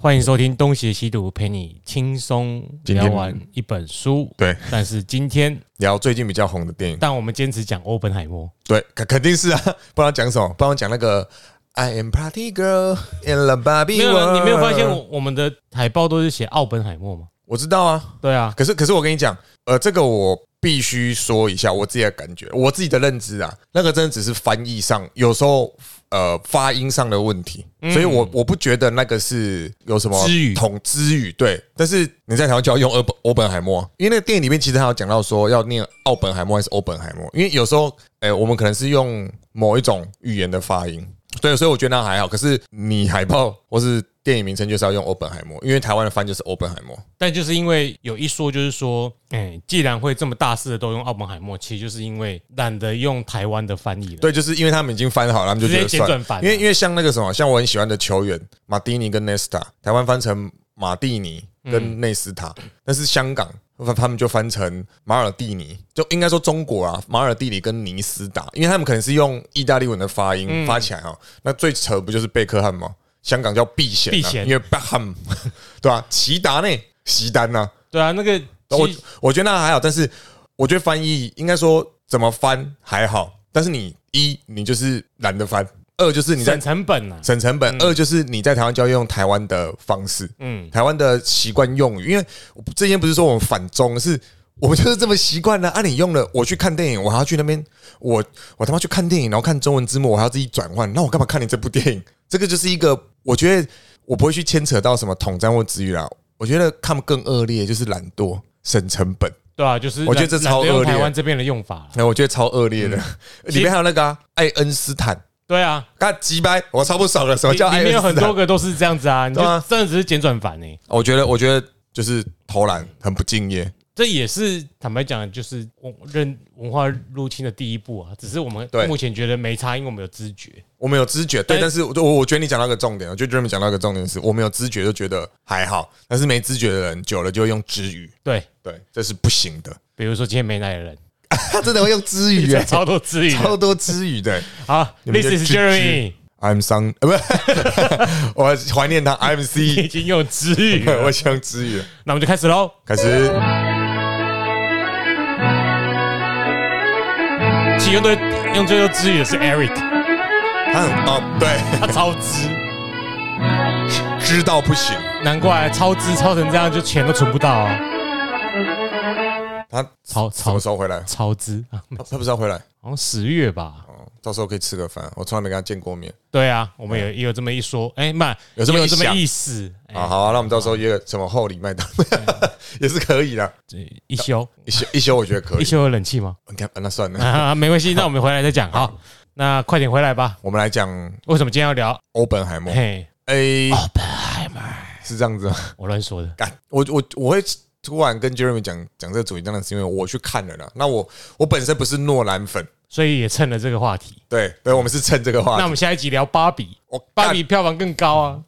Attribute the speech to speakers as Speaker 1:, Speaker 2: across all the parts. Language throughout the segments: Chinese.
Speaker 1: 欢迎收听《东邪西毒》，陪你轻松聊完一本书。
Speaker 2: 对，
Speaker 1: 但是今天，
Speaker 2: 聊最近比较红的电影，
Speaker 1: 但我们坚持讲欧本海默。
Speaker 2: 对，肯肯定是啊， 不然讲什么？不然讲那个 I am party girl in the Barbie
Speaker 1: 没有，啊
Speaker 2: world。
Speaker 1: 你没有发现我我们的海报都是写奥本海默吗？
Speaker 2: 我知道啊，
Speaker 1: 对啊，
Speaker 2: 可是可是我跟你讲，呃，这个我必须说一下我自己的感觉，我自己的认知啊，那个真的只是翻译上，有时候呃发音上的问题，所以我我不觉得那个是有什么
Speaker 1: 嗯之语
Speaker 2: 统之语对。但是你在台湾就要用欧本欧本海默，啊因为那个电影里面其实还有讲到说要念奥本海默还是欧本海默，因为有时候哎、呃我们可能是用某一种语言的发音。对，所以我觉得那还好。可是你海报或是电影名称就是要用欧本海默，因为台湾的翻就是欧本海默。
Speaker 1: 但就是因为有一说，就是说，哎、既然会这么大肆的都用奥本海默，其实就是因为懒得用台湾的翻译了。
Speaker 2: 对，就是因为他们已经翻好了，他们就觉得
Speaker 1: 直接简
Speaker 2: 算
Speaker 1: 转
Speaker 2: 了。
Speaker 1: 翻啊
Speaker 2: 因为因为像那个什么，像我很喜欢的球员马蒂尼跟内斯塔，台湾翻成马蒂尼
Speaker 1: 嗯
Speaker 2: 跟内斯塔，但是香港他他们就翻成马尔蒂尼，就应该说中国啊，马尔蒂尼跟尼斯达，因为他们可能是用意大利文的发
Speaker 1: 嗯
Speaker 2: 音发起来哦。那最扯不就是贝克汉吗？香港叫避险、啊，
Speaker 1: 避嫌
Speaker 2: 因为贝克汉对吧、啊？齐达内、席丹呐、啊，
Speaker 1: 对啊，那个
Speaker 2: 我
Speaker 1: 其实
Speaker 2: 我觉得那还好，但是我觉得翻译应该说怎么翻还好，但是你一你就是懒得翻，二就是你在
Speaker 1: 省成本啊，
Speaker 2: 省成本，二就是你在台湾就要用台湾的方式，
Speaker 1: 嗯，
Speaker 2: 台湾的习惯用语，因为我之前不是说我们反中是。我们就是这么习惯了啊！你用了，我去看电影，我还要去那边，我我他妈去看电影，然后看中文字幕，我还要自己转换，那我干嘛看你这部电影？这个就是一个，我觉得我不会去牵扯到什么统战或词语啦。我觉得他们更恶劣，就是懒惰、省成本。
Speaker 1: 对啊，就是
Speaker 2: 我觉得这
Speaker 1: 懒
Speaker 2: 超
Speaker 1: 懒得用
Speaker 2: 恶劣
Speaker 1: 台湾这边的用法了。
Speaker 2: 哎，我觉得超恶劣的。里面还有那个啊、爱恩斯坦，
Speaker 1: 对啊，
Speaker 2: 干鸡掰，我超不爽的。什么
Speaker 1: 里
Speaker 2: 叫爱
Speaker 1: 里
Speaker 2: 恩
Speaker 1: 面有
Speaker 2: 斯
Speaker 1: 很
Speaker 2: 坦
Speaker 1: 多？个都是这样子啊，你就
Speaker 2: 对啊
Speaker 1: 真的只是简转欸繁诶。
Speaker 2: 我觉得，我觉得就是投篮很不敬业。
Speaker 1: 这也是坦白讲，就是文认文化入侵的第一步啊。只是我们
Speaker 2: 对
Speaker 1: 目前觉得没差，因为我们有知觉。
Speaker 2: 我们有知觉，对，
Speaker 1: 但
Speaker 2: 但是我我我觉得你讲到一个重点，我觉得 Jeremy 讲到一个重点是，我们有知觉就觉得还好，但是没知觉的人久了就会用知语，
Speaker 1: 对，
Speaker 2: 对，这是不行的。
Speaker 1: 比如说今天没来的人，
Speaker 2: 他真的会用知语、欸，
Speaker 1: 超多知语的。
Speaker 2: 超多知语的。
Speaker 1: 好
Speaker 2: 你们
Speaker 1: ，This
Speaker 2: 就
Speaker 1: is
Speaker 2: 知
Speaker 1: Jeremy，
Speaker 2: I'm song，呃，不， 我怀念他。I'm
Speaker 1: 已
Speaker 2: C，
Speaker 1: 经有知 语了，
Speaker 2: 我喜欢知语了。
Speaker 1: 那我们就开始喽。
Speaker 2: 开始，
Speaker 1: 启用最用最多知语的是 Eric，
Speaker 2: 他很哦，对，
Speaker 1: 他超知，
Speaker 2: 知道不行。
Speaker 1: 难怪超知超成这样，就钱都存不到啊。
Speaker 2: 他
Speaker 1: 超
Speaker 2: 什
Speaker 1: 超
Speaker 2: 么时候 回来？
Speaker 1: 超知啊，
Speaker 2: 他他不是要回来
Speaker 1: 好像十月吧？
Speaker 2: 哦，到时候可以吃个饭。我从来没跟他见过面
Speaker 1: 对啊，我们有也有这么一说，哎，慢
Speaker 2: 有这么一
Speaker 1: 这么
Speaker 2: 想
Speaker 1: 意思，哎，
Speaker 2: 啊。好啊，那我们到时候约个什么厚礼麦当， 也是可以的。
Speaker 1: 这一休
Speaker 2: 一休一休，我觉得可
Speaker 1: 一
Speaker 2: 以。
Speaker 1: 休有冷气吗？
Speaker 2: 你看，啊那算了，
Speaker 1: 啊， 没关系，那我们回来再讲。好，那快点回来吧。
Speaker 2: 我们来讲
Speaker 1: 为什么今天要聊？
Speaker 2: 欧本海默。
Speaker 1: 嘿，
Speaker 2: A
Speaker 1: 奥本海默，
Speaker 2: 是这样子吗？
Speaker 1: 我乱说的。
Speaker 2: 干，我我我会突然跟 Jeremy 讲讲这个主题，当然是因为我去看了啦。那我我本身不是诺兰粉，
Speaker 1: 所以也趁了这个话题。
Speaker 2: 对对，我们是趁这个话
Speaker 1: 那我
Speaker 2: 题。
Speaker 1: 们下一集聊芭比，
Speaker 2: 我
Speaker 1: 芭比票房更高啊。
Speaker 2: 干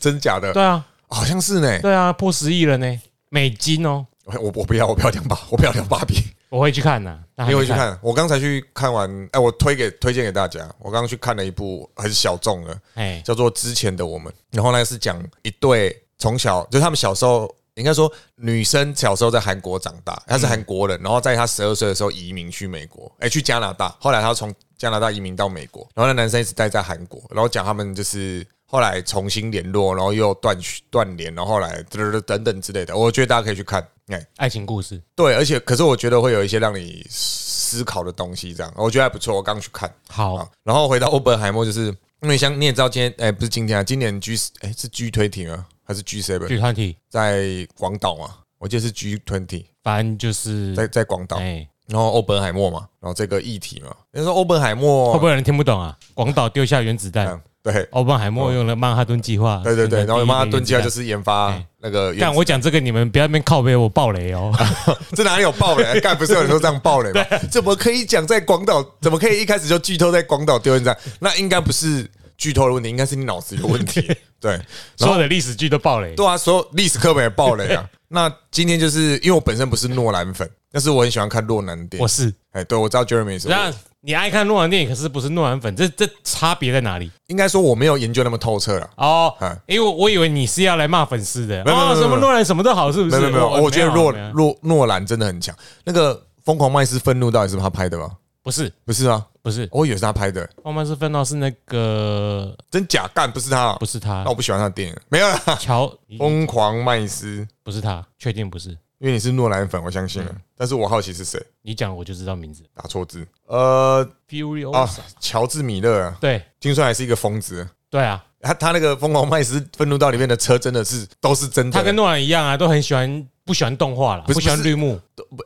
Speaker 2: 真假的，
Speaker 1: 对啊，
Speaker 2: 好像是呢。
Speaker 1: 对啊，破十亿了呢，美金哦，
Speaker 2: 我我不要，我不要聊芭，我不要聊芭比。
Speaker 1: 我会去看呐。那还
Speaker 2: 你
Speaker 1: 没
Speaker 2: 会去？看？我刚才去看完，哎、我推给推荐给大家。我刚刚去看了一部很小众的，
Speaker 1: 哎，
Speaker 2: 叫做《之前的我们》，然后呢是讲一对从小就是他们小时候，应该说女生小时候在韩国长大，她是韩国人，然后在她十二岁的时候移民去美国，哎、去加拿大，后来她从加拿大移民到美国，然后那男生一直待在韩国，然后讲他们就是。后来重新联络，然后又断断联，然后后来等等之类的，我觉得大家可以去看。哎，
Speaker 1: 爱情故事，
Speaker 2: 对，而且可是我觉得会有一些让你思考的东西，这样我觉得还不错。我刚去看
Speaker 1: 好
Speaker 2: 啊，，然后回到欧本海默，就是因为像你也知道，今天哎、不是今天啊，今年 G 哎、是 G 推体吗？还是 G seven
Speaker 1: 剧团体，
Speaker 2: 在广岛嘛？我记得是 G twenty
Speaker 1: 反正就是
Speaker 2: 在在广岛，
Speaker 1: 哎，
Speaker 2: 然后欧本海默嘛，然后这个议题嘛，你说欧本海默
Speaker 1: 会不会有人听不懂啊？广岛丢下原子弹
Speaker 2: 嗯，对
Speaker 1: 奥本海默用了曼哈顿计划，。
Speaker 2: 哦对对对，然后妈蹲下就是是研发那个原
Speaker 1: 哎干，
Speaker 2: 子，
Speaker 1: 我讲这个你们不要那边靠背我爆雷哦。
Speaker 2: 这哪里有 爆雷？啊干不是有人说这样爆雷吗？怎么可以讲在广岛？怎么可以一开始就剧透在广岛丢人在？那应该不是剧透的问题，应该是你脑子有 问题。对，然
Speaker 1: 所
Speaker 2: 后
Speaker 1: 有的历史剧都爆雷。
Speaker 2: 对啊，所有历史课本也爆 雷啊。那今天就是因为我本身不是诺兰粉，但是我很喜欢看诺兰的电
Speaker 1: 我
Speaker 2: 影。
Speaker 1: 是，
Speaker 2: 哎，对，我知道 Jeremy 是我。
Speaker 1: 那你爱看诺兰电影，可是不是诺兰粉，这这差别在哪里？
Speaker 2: 应该说我没有研究那么透彻了。
Speaker 1: 哦
Speaker 2: 嗯，
Speaker 1: 因为我我以为你是要来骂粉丝的，
Speaker 2: 没有没有
Speaker 1: 哦，
Speaker 2: 没有
Speaker 1: 什么诺兰什么都好，是不
Speaker 2: 没
Speaker 1: 是？哦
Speaker 2: 有没有没有，我觉得
Speaker 1: 没有
Speaker 2: 诺
Speaker 1: 没有
Speaker 2: 诺诺兰真的很强。那个《疯狂麦斯愤怒》到底是他拍的吗？
Speaker 1: 不是
Speaker 2: 不是啊，
Speaker 1: 不是，哦
Speaker 2: 我以为是他拍的，
Speaker 1: 傲慢是分到是那个
Speaker 2: 真假干不是他啊
Speaker 1: 不。是嗯他
Speaker 2: 那我不喜欢他的电影，没有啦，《
Speaker 1: 乔，
Speaker 2: 疯狂麦斯》，
Speaker 1: 不是他，确定不是？
Speaker 2: 因为你是诺兰粉，我相信
Speaker 1: 嗯
Speaker 2: 了。但是我好奇是谁
Speaker 1: 你讲我就知道名字
Speaker 2: 打错字？呃啊
Speaker 1: Furiosa，，
Speaker 2: 乔治米勒啊，
Speaker 1: 对
Speaker 2: 听说还是一个疯子。
Speaker 1: 对啊，
Speaker 2: 他他那个《疯狂麦斯愤怒到里面的车真的是都是真的。
Speaker 1: 他跟诺兰一样啊，都很喜欢不喜欢动画啦，
Speaker 2: 不是
Speaker 1: 不喜欢
Speaker 2: 不是
Speaker 1: 绿幕，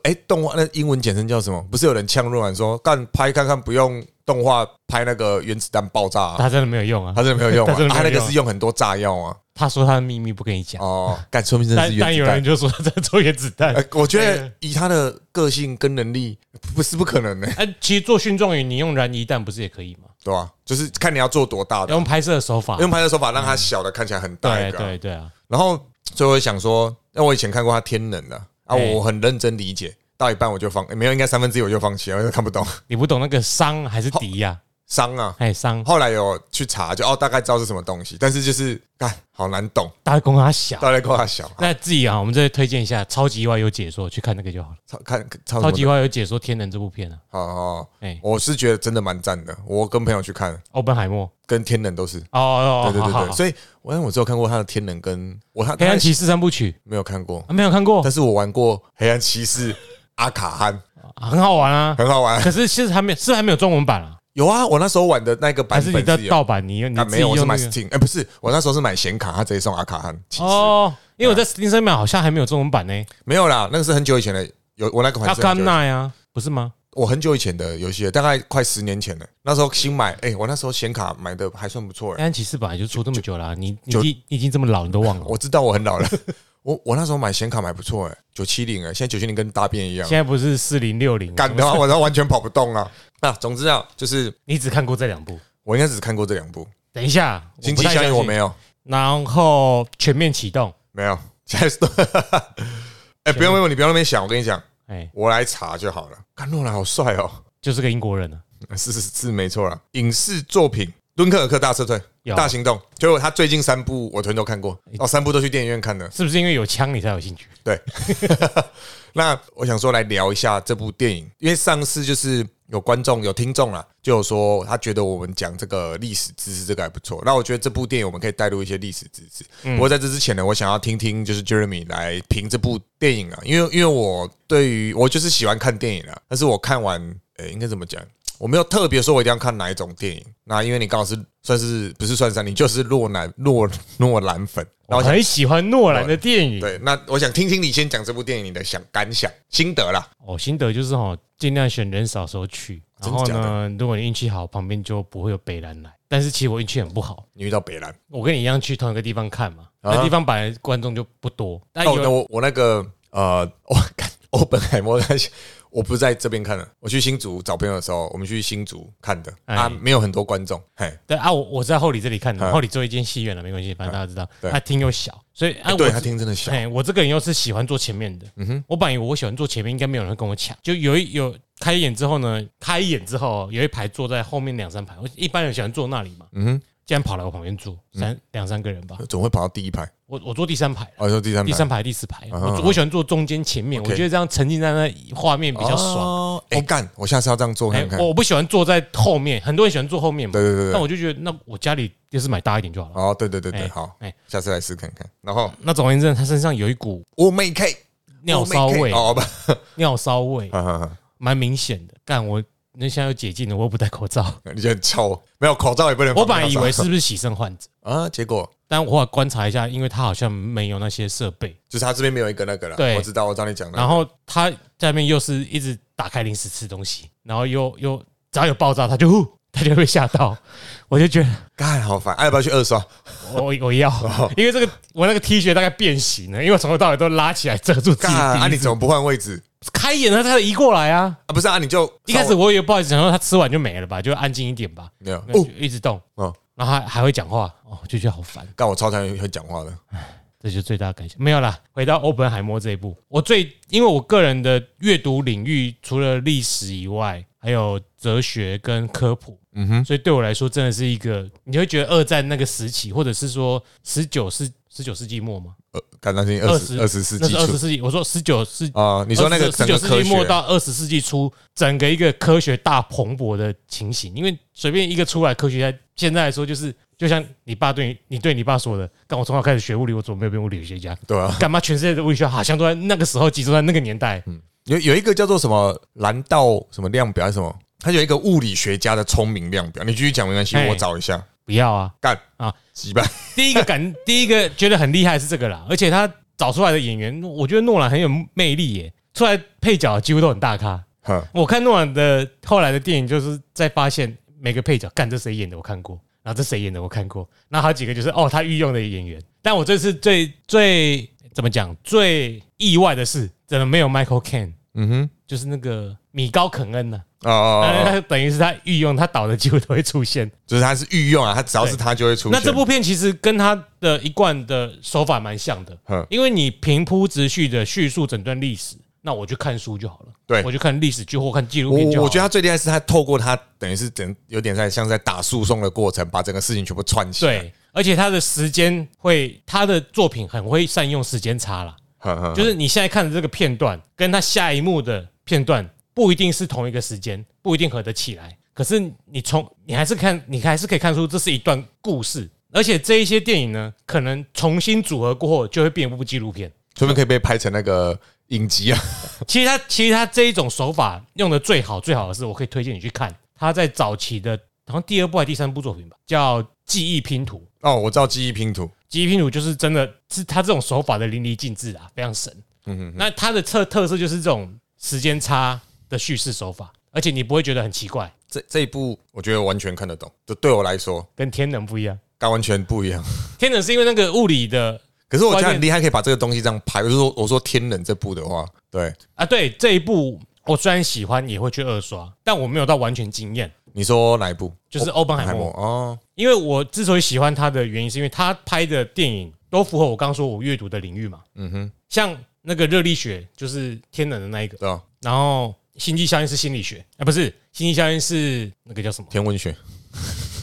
Speaker 2: 哎、动画那英文简称叫什么？不是有人呛诺兰说干拍看看不用动画拍那个原子弹爆炸、啊，
Speaker 1: 他真的没有用啊
Speaker 2: 他。真的没有用、啊，
Speaker 1: 他真的没有
Speaker 2: 啊那个
Speaker 1: 用
Speaker 2: 是用很多炸药啊。
Speaker 1: 他说他的秘密不跟你讲，
Speaker 2: 哦，干说明真的
Speaker 1: 但
Speaker 2: 是
Speaker 1: 但
Speaker 2: 原
Speaker 1: 有
Speaker 2: 子
Speaker 1: 人
Speaker 2: 弹。
Speaker 1: 就说他在做原子弹。
Speaker 2: 呃，我觉
Speaker 1: 哎
Speaker 2: 得以他的个性跟能力，不是不可能的、
Speaker 1: 哎，其实做训状语，你用燃一弹不是也可以吗？
Speaker 2: 对吧、就是看你要做多大的，
Speaker 1: 用拍摄的手法，
Speaker 2: 用拍的手法让他小的看起来很大一
Speaker 1: 哎对
Speaker 2: 个啊、
Speaker 1: 对对啊，
Speaker 2: 然后，所以我想说，那我以前看过他天能的啊，
Speaker 1: 哎
Speaker 2: 我很认真理解，到一半我就放，哎没有，应该三分之一我就放弃了，因为看不懂
Speaker 1: 你不懂那个伤还是敌呀？
Speaker 2: 伤啊。
Speaker 1: 哎，伤
Speaker 2: 后来有去查，就哦，大概知道是什么东西，但是就是看好难懂，
Speaker 1: 大功他小。
Speaker 2: 大概够他小，
Speaker 1: 那自己啊，我们这里推荐一下《超级外有解说》，去看那个就好了。
Speaker 2: 超看超
Speaker 1: 《超
Speaker 2: 什么的
Speaker 1: 级外有解说天能》这部片啊，
Speaker 2: 哦哦，
Speaker 1: 哎，
Speaker 2: 我是觉得真的蛮赞的，我跟朋友去看，
Speaker 1: 奥本海默。
Speaker 2: 跟天能都是，
Speaker 1: 哦哦，
Speaker 2: 对对
Speaker 1: 好
Speaker 2: 对
Speaker 1: 好
Speaker 2: 对，
Speaker 1: 好
Speaker 2: 所以我我只有看过他的天能跟我他
Speaker 1: 黑暗
Speaker 2: 他
Speaker 1: 骑士三部曲
Speaker 2: 没有看过，
Speaker 1: 啊，没有看过
Speaker 2: 但，是我玩过黑暗骑士阿卡汉，
Speaker 1: 啊很好玩啊。
Speaker 2: 很好玩，
Speaker 1: 可是其实还没是还没有中文版啊，
Speaker 2: 有啊，我那时候玩的那个
Speaker 1: 还
Speaker 2: 版
Speaker 1: 是你
Speaker 2: 本
Speaker 1: 的
Speaker 2: 是有。
Speaker 1: 盗版？你你
Speaker 2: 啊，
Speaker 1: 自
Speaker 2: 没
Speaker 1: 己
Speaker 2: 有，我是
Speaker 1: 用那
Speaker 2: 买
Speaker 1: 个
Speaker 2: Steam，哎、不是，我那时候是买显卡，他直接送阿卡汉。其实、
Speaker 1: 哦，因为我在 Steam 上面好像还没有中文版呢。
Speaker 2: 没有啦，那个是很久以前的，有我那个款
Speaker 1: 要
Speaker 2: 式很
Speaker 1: 干
Speaker 2: 久以前，
Speaker 1: 那呀，啊不是吗？
Speaker 2: 我很久以前的游戏了，大概快十年前了。那时候新买，哎、我那时候显卡买的还算不错、
Speaker 1: 黑
Speaker 2: 哎，
Speaker 1: 暗骑士本来就出这么久了啊，你你
Speaker 2: 就
Speaker 1: 已经你已经这么老，你都忘了。
Speaker 2: 我知道我很老了，我我那时候买显卡买不错、哎，九七零，哎，现在九七零跟大便一样
Speaker 1: 现，在不是四零六零，
Speaker 2: 干的话我都完全跑不动啊。啊，总之啊，就是
Speaker 1: 你只看过这两部。
Speaker 2: 我应该只看过这两部，
Speaker 1: 等一下，
Speaker 2: 《
Speaker 1: 我
Speaker 2: 星
Speaker 1: 不
Speaker 2: 际
Speaker 1: 太
Speaker 2: 效应》
Speaker 1: 相
Speaker 2: 我
Speaker 1: 信
Speaker 2: 没有，
Speaker 1: 然后全面启动，
Speaker 2: 没有，现在是都， 哎、不用问，你不要那边想，我跟你讲，
Speaker 1: 哎，
Speaker 2: 我来查就好了。看诺兰好帅哦。
Speaker 1: 就是个英国人啊，
Speaker 2: 是是是没错啦。影视作品《敦刻尔克大撤退》
Speaker 1: 有
Speaker 2: 《大行动》，结果他最近三部我全都看过，哦，三部都去电影院看的。
Speaker 1: 是不是因为有枪你才有兴趣？
Speaker 2: 对，那我想说来聊一下这部电影，因为上次就是有观众有听众啦，啊就有说他觉得我们讲这个历史知识这个还不错。那我觉得这部电影我们可以带入一些历史知识。不过在这之前呢，我想要听听就是 Jeremy 来评这部电影啊，因为因为我对于我就是喜欢看电影啊，但是我看完，诶、应该怎么讲？我没有特别说我一定要看哪一种电影，那因为你刚好是算是不是算上你就是诺兰诺诺兰粉，
Speaker 1: 我
Speaker 2: 然后我想
Speaker 1: 很喜欢诺兰的电影。
Speaker 2: 对，那我想听听你先讲这部电影你的想感想心得啦。
Speaker 1: 哦，心得就是哦，尽量选人少时候去，然
Speaker 2: 真的
Speaker 1: 后
Speaker 2: 假的
Speaker 1: 呢，如果你运气好，旁边就不会有北兰来。但是其实我运气很不好，
Speaker 2: 你遇到北兰，
Speaker 1: 我跟你一样去同一个地方看嘛，
Speaker 2: 啊
Speaker 1: 那地方本来观众就不多，但
Speaker 2: 哦，
Speaker 1: 啊
Speaker 2: 那
Speaker 1: 有
Speaker 2: 我我那个呃， 我看欧本海默在， 我不是在这边看的，我去新竹找朋友的时候，我们去新竹看的
Speaker 1: 哎
Speaker 2: 啊，没有很多观众，嘿，
Speaker 1: 对啊，我我在后里这里看的，
Speaker 2: 嗯
Speaker 1: 后里做一间戏院了，没关系，反正大家知道，
Speaker 2: 对
Speaker 1: 它厅又小，所以啊，
Speaker 2: 哎对
Speaker 1: 我
Speaker 2: 他听真的小，
Speaker 1: 哎，我这个人又是喜欢坐前面的，嗯哼，我本来以为我喜欢坐前面，应该没有人会跟我抢。就有一有开演之后呢，开演之后有一排坐在后面两三排，我一般人喜欢坐那里嘛，嗯
Speaker 2: 哼，
Speaker 1: 竟然跑来我旁边坐
Speaker 2: 嗯
Speaker 1: 三两三个人吧，
Speaker 2: 总会跑到第一排，
Speaker 1: 我我坐第三排了。
Speaker 2: 哦，说第三排，
Speaker 1: 第三排、第四排，
Speaker 2: 啊啊
Speaker 1: 我我喜欢坐中间前面，我
Speaker 2: OK
Speaker 1: 觉得这样沉浸在那画面比较爽。
Speaker 2: 爽，哎，哦干，我下次要这样做
Speaker 1: 哎
Speaker 2: 看，看，
Speaker 1: 我不喜欢坐在后面，很多人喜欢坐后面嘛
Speaker 2: 对，对对
Speaker 1: 但
Speaker 2: 对，
Speaker 1: 我就觉得，那我家里电视买大一点就好了。
Speaker 2: 哦，对对对对，
Speaker 1: 哎
Speaker 2: 好
Speaker 1: 哎，
Speaker 2: 下次来试看看。然后
Speaker 1: 那总而言之，他身上有一股
Speaker 2: 我妹 K
Speaker 1: 尿骚味，
Speaker 2: 哦啊不，
Speaker 1: 尿骚味
Speaker 2: 哈哈哈
Speaker 1: 蛮明显的。干我那现在又解禁了，我又不戴口罩，
Speaker 2: 你就很臭，哦没有口罩也不能放
Speaker 1: 我
Speaker 2: 口罩，
Speaker 1: 本来以为是不是洗肾患者，
Speaker 2: 啊，结果
Speaker 1: 但我后来观察一下，因为他好像没有那些设备，
Speaker 2: 就是他这边没有一个那个了，
Speaker 1: 对
Speaker 2: 我知道，我知道你讲的。
Speaker 1: 然后他下面又是一直打开零食吃东西，然后又又只要有爆炸，他就呼，他就会吓到， 我就觉得
Speaker 2: 干好烦，哎要不要去二刷？
Speaker 1: 我我要，
Speaker 2: 哦
Speaker 1: 因为这个我那个 T 恤大概变形了，因为我从头到尾都拉起来遮住自己
Speaker 2: 干
Speaker 1: 的
Speaker 2: 啊，
Speaker 1: 鼻
Speaker 2: 你
Speaker 1: 子。
Speaker 2: 怎么不换位置
Speaker 1: 开演了，他才移过来啊！
Speaker 2: 啊？不是啊，你就
Speaker 1: 一开始我也不好意思，想说他吃完就没了吧，就安静一点吧，
Speaker 2: 没有
Speaker 1: 那就
Speaker 2: 哦，
Speaker 1: 一直动，
Speaker 2: 哦
Speaker 1: 然后还还会讲话，哦，就觉得好烦。
Speaker 2: 干我超常会讲话的，
Speaker 1: 这就是最大的感想。没有啦，回到欧本海默这一部，我最因为我个人的阅读领域，除了历史以外，还有哲学跟科普。
Speaker 2: 嗯哼，
Speaker 1: 所以对我来说，真的是一个，你会觉得二战那个时期，或者是说十九世十九世纪末吗？
Speaker 2: 呃，干那是二
Speaker 1: 二
Speaker 2: 十
Speaker 1: 十
Speaker 2: 二十世
Speaker 1: 那
Speaker 2: 纪
Speaker 1: 是二十
Speaker 2: 初
Speaker 1: 世纪，我说十九世，
Speaker 2: 啊，你说那个
Speaker 1: 十
Speaker 2: 整
Speaker 1: 九
Speaker 2: 个
Speaker 1: 世
Speaker 2: 科
Speaker 1: 纪末
Speaker 2: 学
Speaker 1: 到二十世纪初，整个一个科学大蓬勃的情形。因为随便一个出来，科学家现在来说，就是就像你爸对你，你对你爸说的，干我从小开始学物理，我怎么没有变物理学家？
Speaker 2: 对啊，
Speaker 1: 干嘛全世界的物理学家好像都在那个时候集中在那个年代？
Speaker 2: 有有一个叫做什么兰道什么量表还是什么，它有一个物理学家的聪明量表，你继续讲没关系，
Speaker 1: 嘿
Speaker 2: 我找一下
Speaker 1: 不要啊！
Speaker 2: 干
Speaker 1: 啊
Speaker 2: 几百，
Speaker 1: 第一个感，第一个觉得很厉害是这个啦，而且他找出来的演员，我觉得诺兰很有魅力耶，出来配角几乎都很大咖。
Speaker 2: 哼
Speaker 1: 我看诺兰的后来的电影，就是在发现每个配角，干这谁演的我看过，然后这谁演的我看过，然后好几个就是哦他御用的演员。但我这次最最怎么讲最意外的是，怎么没有 Michael Caine，
Speaker 2: 嗯
Speaker 1: 就是那个米高肯恩呢、
Speaker 2: 哼，哦哦
Speaker 1: 啊？
Speaker 2: 哦，哦
Speaker 1: 他等于是他御用，他导的几乎都会出现。
Speaker 2: 就是它是御用啊，它只要是它就会出现。
Speaker 1: 那这部片其实跟他的一贯的手法蛮像的，
Speaker 2: 哼
Speaker 1: 因为你平铺直叙的叙述整段历史，那我就看书就好了，
Speaker 2: 对
Speaker 1: 我就看历史剧或看纪录
Speaker 2: 我
Speaker 1: 片就好了。
Speaker 2: 我觉得他最厉害是他透过他等于是整有点在像在打诉讼的过程，把整个事情全部串起来。，
Speaker 1: 对，而且他的时间会，他的作品很会善用时间差啦，
Speaker 2: 哼哼，
Speaker 1: 就是你现在看的这个片段，跟他下一幕的片段不一定是同一个时间，不一定合得起来。可是你从你还是看，你还是可以看出这是一段故事，而且这一些电影呢，可能重新组合过后就会变一部纪录片。
Speaker 2: 说不定可以被拍成那个影集啊。
Speaker 1: 其实他其实他这一种手法用的最好最好的是，我可以推荐你去看他在早期的，好像第二部还是第三部作品吧，叫《记忆拼图》。
Speaker 2: 哦，我知道记忆拼图，
Speaker 1: 极品乳就是真的是他这种手法的淋漓尽致啊，非常神。嗯那他的特特色就是这种时间差的叙事手法，而且你不会觉得很奇怪，
Speaker 2: 这这一部我觉得完全看得懂，就对我来说，
Speaker 1: 跟天能不一样。
Speaker 2: 刚完全不一样。
Speaker 1: 天能是因为那个物理的
Speaker 2: 可是我觉得
Speaker 1: 关
Speaker 2: 很
Speaker 1: 键
Speaker 2: 厉害，可以把这个东西这样拍。我是说，我说天冷这部的话，对
Speaker 1: 啊，对这一部我虽然喜欢，也会去二刷，但我没有到完全惊艳，
Speaker 2: 你说哪一部？
Speaker 1: 就是欧本海
Speaker 2: 海默
Speaker 1: 默。
Speaker 2: 哦，
Speaker 1: 因为我之所以喜欢他的原因，是因为他拍的电影都符合我刚说我阅读的领域嘛。
Speaker 2: 嗯哼，
Speaker 1: 像那个热力学就是天能的那一个，
Speaker 2: 对啊，
Speaker 1: 然后心际效应是心理学啊，不是心际效应是那个叫什么？
Speaker 2: 天文学，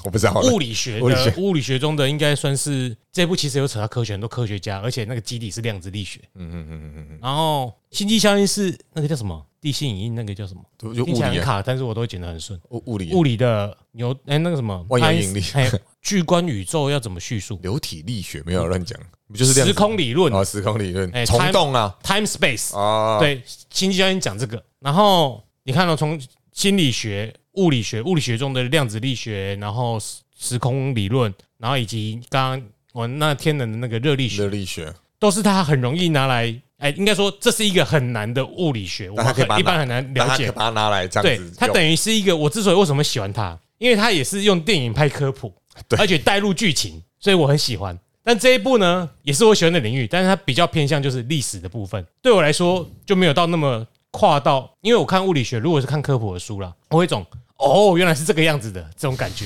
Speaker 2: 我不知道了。
Speaker 1: 物理学
Speaker 2: 物理学
Speaker 1: 的物理学中的应该算是这部，其实有扯到科学，很多科学家，而且那个基底是量子力学。
Speaker 2: 嗯嗯嗯嗯嗯
Speaker 1: 然后星际效应是那个叫什么地心引力，那个叫什么？
Speaker 2: 嗯，就
Speaker 1: 听
Speaker 2: 物
Speaker 1: 起来
Speaker 2: 理
Speaker 1: 很
Speaker 2: 啊，
Speaker 1: 卡，但是我都会讲得很顺。
Speaker 2: 物物理啊
Speaker 1: 物理的牛哎、那个什么
Speaker 2: 万有引力
Speaker 1: 哎， 巨观宇宙要怎么叙述？
Speaker 2: 流体力学没有乱讲，不就是这样
Speaker 1: 时
Speaker 2: 子
Speaker 1: 空理论
Speaker 2: 啊？时空理论
Speaker 1: 哎
Speaker 2: 虫
Speaker 1: time-
Speaker 2: 洞啊
Speaker 1: ，time space，
Speaker 2: 啊，
Speaker 1: 对，星际效应讲这个，然后你看到、哦从心理学、物理学、物理学中的量子力学，然后时时空理论，然后以及刚刚我那天冷的那个热力
Speaker 2: 热
Speaker 1: 学，
Speaker 2: 力学，
Speaker 1: 都是他很容易拿来，哎、应该说这是一个很难的物理学，我
Speaker 2: 但
Speaker 1: 们
Speaker 2: 它可以
Speaker 1: 很
Speaker 2: 把它
Speaker 1: 一般很难
Speaker 2: 但
Speaker 1: 了
Speaker 2: 他可以
Speaker 1: 解。
Speaker 2: 把它拿来这
Speaker 1: 对
Speaker 2: 样子，
Speaker 1: 它
Speaker 2: 用
Speaker 1: 等于是一个我之所以为什么喜欢它，因为它也是用电影拍科普，
Speaker 2: 对
Speaker 1: 而且带入剧情，所以我很喜欢。但这一部呢，也是我喜欢的领域，但是它比较偏向就是历史的部分，对我来说就没有到那么跨到，因为我看物理学，如果是看科普的书啦，我会一种哦，原来是这个样子的这种感 觉。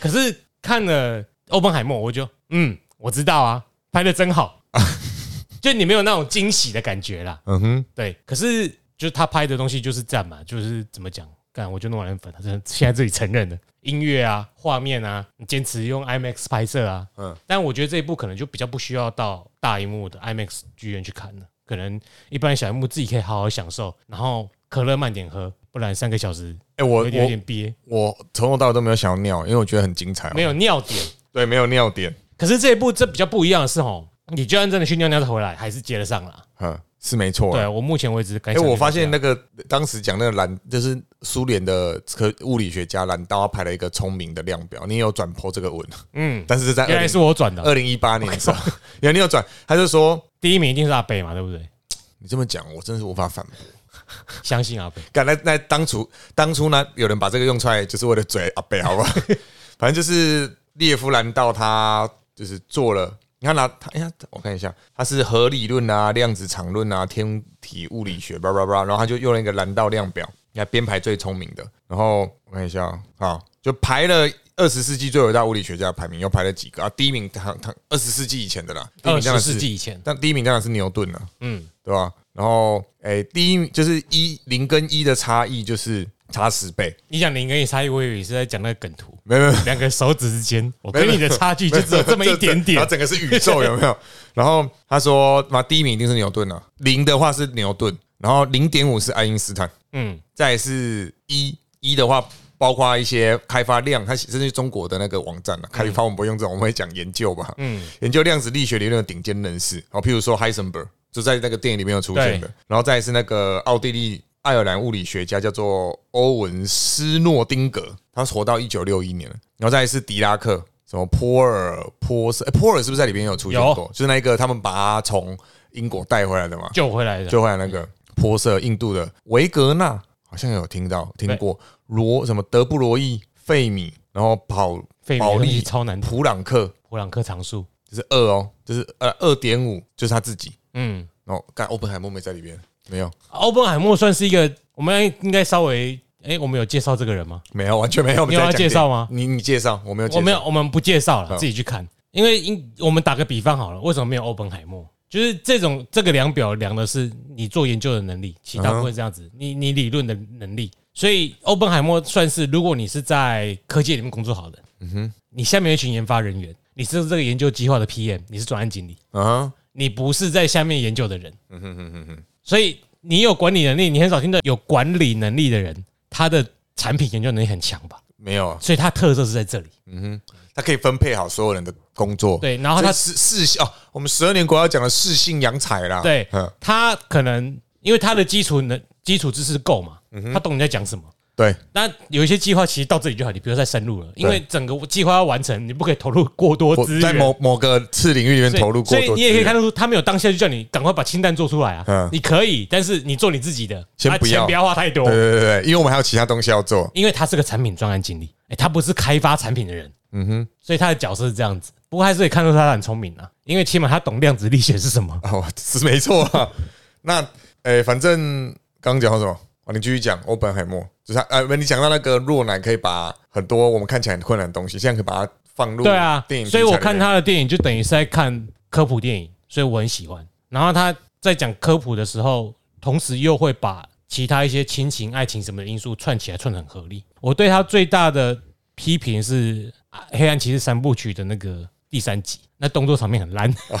Speaker 1: 可是看了《欧本海默》，我就嗯，我知道啊，拍的真 好，就你没有那种惊喜的感觉啦。
Speaker 2: 嗯哼，
Speaker 1: 对，可是就是他拍的东西就是赞嘛，就是怎么讲，干我就诺兰粉，他真的现在自己承认的。音乐啊，画面啊，你坚持用 IMAX 拍摄啊，
Speaker 2: 嗯
Speaker 1: 嗯，但我觉得这一部可能就比较不需要到大荧幕的 IMAX 剧院去看了，可能一般小荧幕自己可以好好享受，然后可乐慢点喝，不然三个小时
Speaker 2: 哎，我
Speaker 1: 有点有
Speaker 2: 我
Speaker 1: 点憋，
Speaker 2: 我从头到尾都没有想要尿，因为我觉得很精彩哦，
Speaker 1: 没有尿点。
Speaker 2: 对，没有尿点，
Speaker 1: 可是这一部这比较不一样的是吼，你就算真的去尿尿再回来，还是接得上啦。
Speaker 2: 嗯，是没错啊。
Speaker 1: 对我目前为止感
Speaker 2: 哎，
Speaker 1: 想就是这样，
Speaker 2: 我发现那个当时讲那个兰，就是苏联的科物理学家兰道，他拍了一个聪明的量表，你也有转播这个文，
Speaker 1: 嗯，
Speaker 2: 但是在
Speaker 1: 原来是我转的，哦
Speaker 2: 二零一八年的时候， 原来你有转，他就说
Speaker 1: 第一名一定是阿北嘛，对不对？
Speaker 2: 你这么讲，我真是无法反驳。
Speaker 1: 相信阿北。
Speaker 2: 干那那当初当初呢，有人把这个用出来，就是为了嘴阿北，好不好？反正就是列夫兰道他就是做了，你看拿他，哎呀，我看一下，他是核理论啊、量子场论啊、天体物理学，叭叭叭，然后他就用了一个兰道量表来编排最聪明的，然后我看一下啊，好，就排了。二十世纪最伟大物理学家的排名又排了几个啊？第一名他他二十世纪以前的啦，第一
Speaker 1: 二
Speaker 2: 名当
Speaker 1: 十
Speaker 2: 然是
Speaker 1: 世纪以前，
Speaker 2: 但第一名当然是牛顿了、啊
Speaker 1: 嗯，
Speaker 2: 哎对吧？然后，诶、第一名就是一零跟一的差异，就是差十倍，
Speaker 1: 你讲零跟你差异，我以为是在讲那个梗图，
Speaker 2: 没有没有，
Speaker 1: 两个手指之间，我跟你的差距就只有这么一点
Speaker 2: 然
Speaker 1: 点
Speaker 2: 后。整个是宇宙有没有？然后他说，嘛，第一名一定是牛顿啊，零的话是牛顿，然后零点五是爱因斯坦，
Speaker 1: 嗯，
Speaker 2: 再来是一一的话，包括一些开发量，它甚至中国的那个网站啊，开发我们不用这种，我们会讲研究吧，嗯，研究量子力学理论的顶尖人士，好，譬如说 Heisenberg 就在那个电影里面有出现的，然后再来是那个奥地利。爱尔兰物理学家叫做欧文斯诺丁格，他活到一九六一年了。然后再来是狄拉克，什么波尔波斯、诶哎波尔是不是在里面有出现
Speaker 1: 有
Speaker 2: 过？就是那一个他们把他从英国带回来的嘛。
Speaker 1: 救回来的，
Speaker 2: 就后来那个波色印度的维格纳，好像有听到听过罗什么德布罗意、费米，然后跑
Speaker 1: 费
Speaker 2: 保
Speaker 1: 米
Speaker 2: 利
Speaker 1: 利超难读，
Speaker 2: 普朗克，
Speaker 1: 普朗克常数。
Speaker 2: 就是二哦，就是呃二点五，就是他自己。
Speaker 1: 嗯，
Speaker 2: 然后干欧本海默没在里边，没有
Speaker 1: 欧本海默算是一个，我们应该稍微，哎，我们有介绍这个人吗？
Speaker 2: 没有完全没有。
Speaker 1: 你有要
Speaker 2: 我们在讲
Speaker 1: 介绍吗
Speaker 2: 电影你你介绍，我没有，
Speaker 1: 我没
Speaker 2: 有。
Speaker 1: 有，我们不介绍
Speaker 2: 好
Speaker 1: 了，自己去看。因为因我们打个比方好了，为什么没有欧本海默？就是这种这个量表量的是你做研究的能力，其他部分这样子，你你理论的能力。所以欧本海默算是，如果你是在科技里面工作好的，嗯哼，你下面有一群研发人员，你是这个研究计划的 PM，你是专案经理，
Speaker 2: 嗯哼，
Speaker 1: 你不是在下面研究的人，嗯哼哼哼哼，所以你有管理能力，你很少听到有管理能力的人，他的产品研究能力很强吧？
Speaker 2: 没有，啊
Speaker 1: 所以他特色是在这里。
Speaker 2: 他可以分配好所有人的工作。
Speaker 1: 对然后他
Speaker 2: 是是是哦，我们十二年国要讲的适性扬才啦。
Speaker 1: 对
Speaker 2: 嗯，
Speaker 1: 他可能因为他的基础能基础知识够嘛，
Speaker 2: 嗯
Speaker 1: 他懂你在讲什么。
Speaker 2: 对，
Speaker 1: 那有一些计划其实到这里就好，你不要再深入了，因为整个计划要完成，你不可以投入过多
Speaker 2: 我
Speaker 1: 资源。
Speaker 2: 在某某个次领域里面
Speaker 1: 对
Speaker 2: 投入过
Speaker 1: 所
Speaker 2: 多
Speaker 1: 以
Speaker 2: 资源，
Speaker 1: 你也可以看得出，他没有当下就叫你赶快把清单做出来
Speaker 2: 嗯
Speaker 1: 啊。你可以，但是你做你自己的，
Speaker 2: 先
Speaker 1: 啊
Speaker 2: 不要
Speaker 1: 钱不要花太多
Speaker 2: 对。对对对，因为我们还有其他东西要做。
Speaker 1: 因为他是个产品专案经理，哎、他不是开发产品的人，嗯哼，所以他的角色是这样子。不过还是可以看出他很聪明啊，因为起码他懂量子力学是什么。
Speaker 2: 哦， 是没错啦。那诶、呃反正刚刚讲到什么？哦，你继续讲。欧本海默就是他，呃，你讲到那个若男可以把很多我们看起来很困难的东西，现在可以把它放入
Speaker 1: 对啊
Speaker 2: 电，影。
Speaker 1: 所以我看，他的电影就等于是在看科普电影，所以我很喜欢。然后他在讲科普的时候，同时又会把其他一些亲情、爱情什么的因素串起来，串得很合理。我对他最大的批评是《黑暗骑士》三部曲的那个第三集，那动作场面很烂。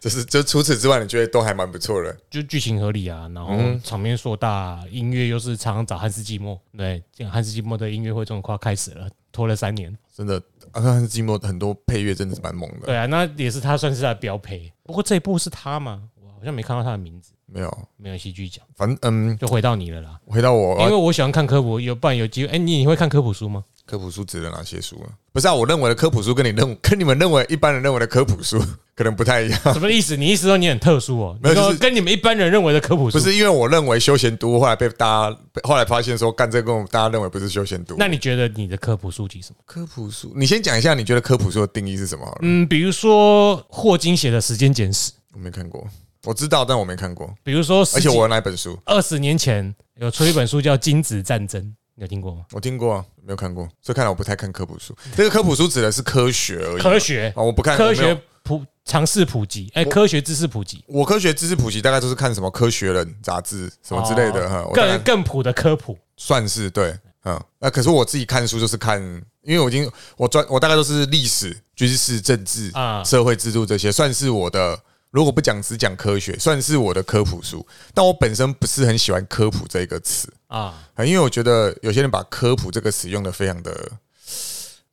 Speaker 2: 就是就除此之外，你觉得都还蛮不错的。
Speaker 1: 就剧情合理啊，然后
Speaker 2: 嗯
Speaker 1: 场面硕大、音乐又是常常找汉斯季默，对，这样汉斯季默的音乐会终于快要开始了，拖了三年，
Speaker 2: 真的，阿克汗寂寞很多配乐真的是蛮猛的。
Speaker 1: 对啊，那也是他算是他的标配。不过这一部是他吗？我好像没看到他的名字，
Speaker 2: 没有，
Speaker 1: 没有戏剧奖，
Speaker 2: 反正嗯，
Speaker 1: 就回到你了啦。
Speaker 2: 回到我，
Speaker 1: 因为我喜欢看科普，有不然有机会，哎、你你会看科普书吗？
Speaker 2: 科普书指的哪些书啊？不是啊，我认为的科普书跟你认跟你们认为一般人认为的科普书可能不太一样。
Speaker 1: 什么意思？你意思说你很特殊哦？
Speaker 2: 没有
Speaker 1: 你说
Speaker 2: 就是
Speaker 1: 跟你们一般人认为的科普书
Speaker 2: 不？是因为我认为休闲读物，后来被大家被后来发现说干这个跟我们大家认为不是休闲读物。
Speaker 1: 那你觉得你的科普书籍是什么？
Speaker 2: 科普书，你先讲一下你觉得科普书的定义是什么好了？
Speaker 1: 嗯，比如说霍金写的《时间简史》，
Speaker 2: 我没看过，我知道，但我没看过。
Speaker 1: 比如说十
Speaker 2: 而
Speaker 1: 几，
Speaker 2: 且我有那本书，
Speaker 1: 二十年前有出一本书叫《精子战争》，你有听过吗？
Speaker 2: 我听过啊，没有看过，所以看来我不太看科普书。这个科普书指的是科学而已，
Speaker 1: 科学，
Speaker 2: 啊，我不看
Speaker 1: 科。
Speaker 2: 我没有
Speaker 1: 学普尝试普及，哎，科学知识普及
Speaker 2: 我科学知识普及大概都是看什么《科学人》杂志什么之类的，哈、
Speaker 1: 哦
Speaker 2: 我大
Speaker 1: 更
Speaker 2: 概
Speaker 1: 更普的科普。
Speaker 2: 算是对，嗯，那、可是我自己看书就是看，因为我已经我专我大概都是历史、军事、政治、
Speaker 1: 啊
Speaker 2: 社会制度这些，算是我的。如果不讲只讲科学，算是我的科普书。但我本身不是很喜欢科普这个词，
Speaker 1: 啊，
Speaker 2: 啊，因为我觉得有些人把科普这个词用的非常的，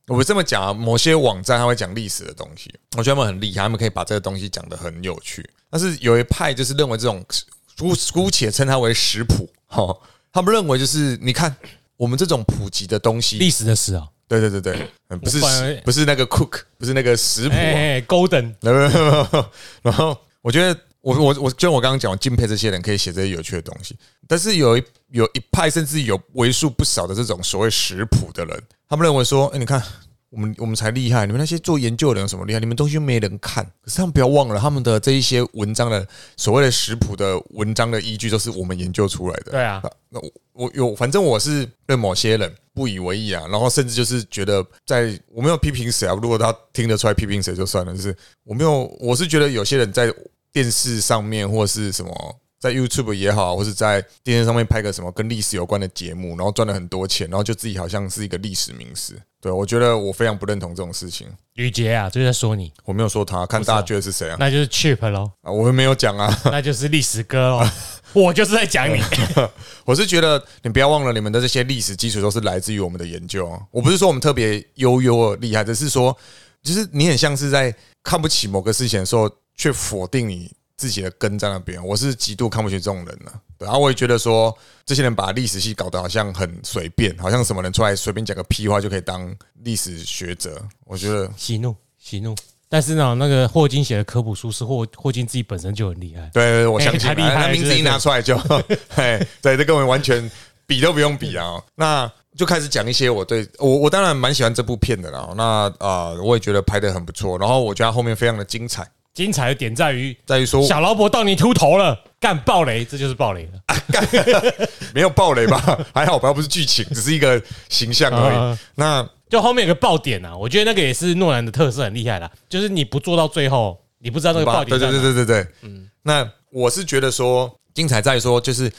Speaker 2: 我这么讲啊，某些网站他会讲历史的东西，我觉得他们很厉害，他们可以把这个东西讲的很有趣。但是有一派就是认为这种姑姑且称它为食谱，哈、他们认为就是你看我们这种普及的东西，
Speaker 1: 历史的史啊，
Speaker 2: 对对对对，嗯不是
Speaker 1: 我反而
Speaker 2: 食不是那个 cook，不是那个食谱、啊，
Speaker 1: 哎，Golden
Speaker 2: 没有没有没有没有然后我觉得我我我，就像我刚刚讲，我敬佩这些人可以写这些有趣的东西，但是有一有一派甚至有为数不少的这种所谓食谱的人，他们认为说，哎、你看。我们我们才厉害，你们那些做研究的人有什么厉害？你们东西又没人看。可是他们不要忘了，他们的这一些文章的所谓的食谱的文章的依据，都是我们研究出来的。
Speaker 1: 对啊，
Speaker 2: 那我我有，反正我是对某些人不以为意啊，然后甚至就是觉得在，我没有批评谁啊，如果他听得出来批评谁就算了，就是我没有，我是觉得有些人在电视上面或是什么。在 YouTube 也好，或是在电视上面拍个什么跟历史有关的节目，然后赚了很多钱，然后就自己好像是一个历史名师。对我觉得我非常不认同这种事情。
Speaker 1: 吕杰啊，就是在说你，
Speaker 2: 我没有说他，看大家觉得是谁啊？
Speaker 1: 那就是 cheap 喽，
Speaker 2: 啊，我没有讲啊，
Speaker 1: 那就是历史哥喽。我就是在讲你，
Speaker 2: 我是觉得你不要忘了，你们的这些历史基础都是来自于我们的研究啊。我不是说我们特别悠悠而厉害，只是说，就是你很像是在看不起某个事情的时候，却否定你自己的根在那边。我是极度看不起这种人了、对，然后我也觉得说，这些人把历史系搞得好像很随便，好像什么人出来随便讲个屁话就可以当历史学者。我觉 得
Speaker 1: 喜怒喜怒。但是呢，那个霍金写的科普书是霍霍金自己本身就很厉害，
Speaker 2: 对对，对我相信
Speaker 1: 哎太厉害了
Speaker 2: 他名字一拿出 来就，嘿，对，这跟我们完全比都不用比啊、哦。那就开始讲一些我对我我当然蛮喜欢这部片的啦哦。那啊、呃我也觉得拍的很不错，然后我觉得它后面非常的精彩，
Speaker 1: 精彩的点在于
Speaker 2: 在于说
Speaker 1: 小劳勃到你秃头了，干暴雷，这就是暴雷了。
Speaker 2: 没有暴雷吧， 还好吧，不是剧情，只是一个形象而已
Speaker 1: 啊。
Speaker 2: 那
Speaker 1: 就后面有个爆点啊，我觉得那个也是诺兰的特色，很厉害啦，就是你不做到最后，你不知道那个爆
Speaker 2: 对
Speaker 1: 点在
Speaker 2: 对
Speaker 1: 哪。
Speaker 2: 对对对对，嗯，那我是觉得说精彩在于说，就是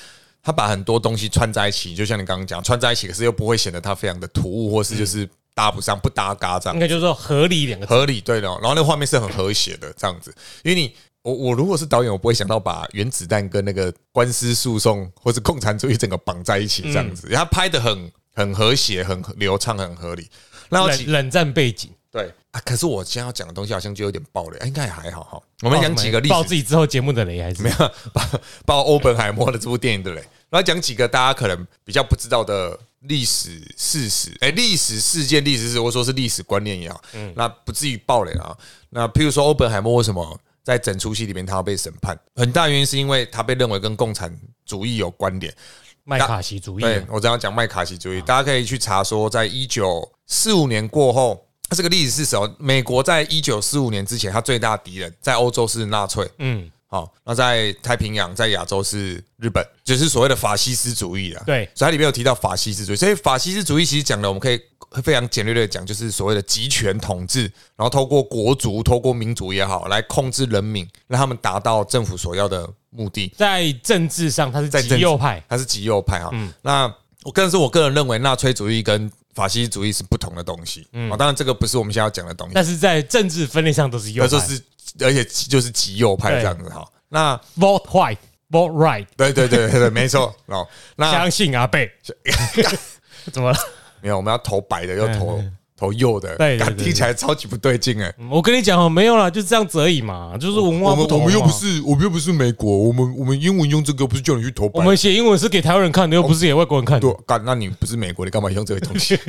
Speaker 2: 他把很多东西串在一起，就像你刚刚讲，串在一起，可是又不会显得它非常的突兀，或是就是搭不上、不搭嘎这样
Speaker 1: 应。该就是说合理两个字。
Speaker 2: 合理对的哦，然后那个画面是很和谐的这样子，因为你我我如果是导演，我不会想到把原子弹跟那个官司诉讼或是共产主义整个绑在一起这样子，他拍的很很和谐、很流畅、很合理。那要
Speaker 1: 冷
Speaker 2: 几
Speaker 1: 冷战背景，
Speaker 2: 对啊，可是我今天要讲的东西好像就有点爆雷，哎应该也还好哈。我们讲几个例
Speaker 1: 爆
Speaker 2: 子
Speaker 1: 自，己之后节目的雷还是没有
Speaker 2: 爆爆欧本海默的这部电影的嘞，然后讲几个大家可能比较不知道的历史事实，哎、历史事件、历史事，或者说是历史观念也好，那不至于爆雷啊。那譬如说欧本海默为什么在整出戏里面他要被审判，很大原因是因为他被认为跟共产主义有关联，
Speaker 1: 麦卡锡主义啊，
Speaker 2: 对我这样讲麦卡锡主义，大家可以去查说，在一九四五年过后，它这个历史是什么？美国在一九四五年之前，它最大的敌人在欧洲是纳粹，
Speaker 1: 嗯，
Speaker 2: 好、那在太平洋在亚洲是日本，就是所谓的法西斯主义啦。
Speaker 1: 对
Speaker 2: 所以它里面有提到法西斯主义，所以法西斯主义其实讲的，我们可以非常简略的讲，就是所谓的集权统治，然后透过国族、透过民族也好，来控制人民，让他们达到政府所要的目的。
Speaker 1: 在政治上他是
Speaker 2: 在
Speaker 1: 极右派，
Speaker 2: 他是极右派哈。
Speaker 1: 嗯
Speaker 2: 那我个人是我个人认为，纳粹主义跟法西斯主义是不同的东西。嗯，当然这个不是我们现在要讲的东西，
Speaker 1: 但是在政治分类上都是右
Speaker 2: 那
Speaker 1: 派
Speaker 2: 就。是而且就是极右派这样子哈。那
Speaker 1: Vote white, vote right，
Speaker 2: 对对对对对，没错哦。那
Speaker 1: 相信阿 贝。怎么了？
Speaker 2: 没有，我们要投白的，又投投右的，
Speaker 1: 对对对对
Speaker 2: 听起来超级不对劲哎。
Speaker 1: 我跟你讲哦，没有啦，就是这样子而已嘛，就是文化
Speaker 2: 我
Speaker 1: 不
Speaker 2: 们
Speaker 1: 同
Speaker 2: 我
Speaker 1: 嘛
Speaker 2: 们又不，是我们又不是美国，我们我们英文用这个不是叫你去投白
Speaker 1: 我们写英文是给台湾人看的，又不是给外国人看的
Speaker 2: 哦对。，干，那你不是美国，你干嘛用这个 东西？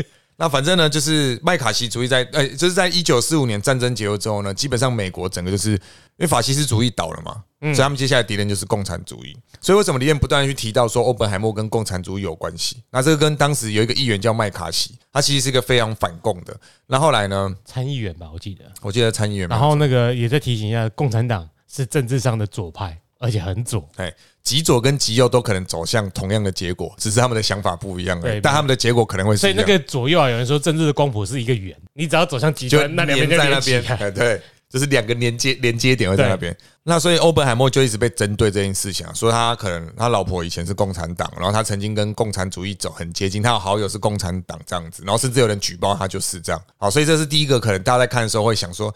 Speaker 2: 那反正呢，就是麦卡锡主义在，呃、就是在一九四五年战争结束之后呢，基本上美国整个就是因为法西斯主义倒了嘛，
Speaker 1: 嗯
Speaker 2: 所以他们接下来敌人就是共产主义。所以为什么里面不断地去提到说欧本海默跟共产主义有关系？那这个跟当时有一个议员叫麦卡锡，他其实是一个非常反共的。那后来呢，
Speaker 1: 参议员吧，我记得。
Speaker 2: 我记得参议员嘛，
Speaker 1: 然后那个也再提醒一下，共产党是政治上的左派，而且很左。
Speaker 2: 哎，极左跟极右都可能走向同样的结果，只是他们的想法不一样而已，
Speaker 1: 对
Speaker 2: 但他们的结果可能会是
Speaker 1: 所以
Speaker 2: 一
Speaker 1: 那
Speaker 2: 样
Speaker 1: 个左右啊，有人说政治的光谱是一个圆，你只要走向极
Speaker 2: 就
Speaker 1: 端，那两边就
Speaker 2: 粘在
Speaker 1: 连
Speaker 2: 那
Speaker 1: 起
Speaker 2: 边
Speaker 1: 来，
Speaker 2: 哎，对，就是两个连接连接点会在那边。那所以欧本海默就一直被针对这件事情啊，说他可能他老婆以前是共产党，然后他曾经跟共产主义走很接近，他有好友是共产党这样子，然后甚至有人举报他就是这样。好，所以这是第一个，可能大家在看的时候会想说，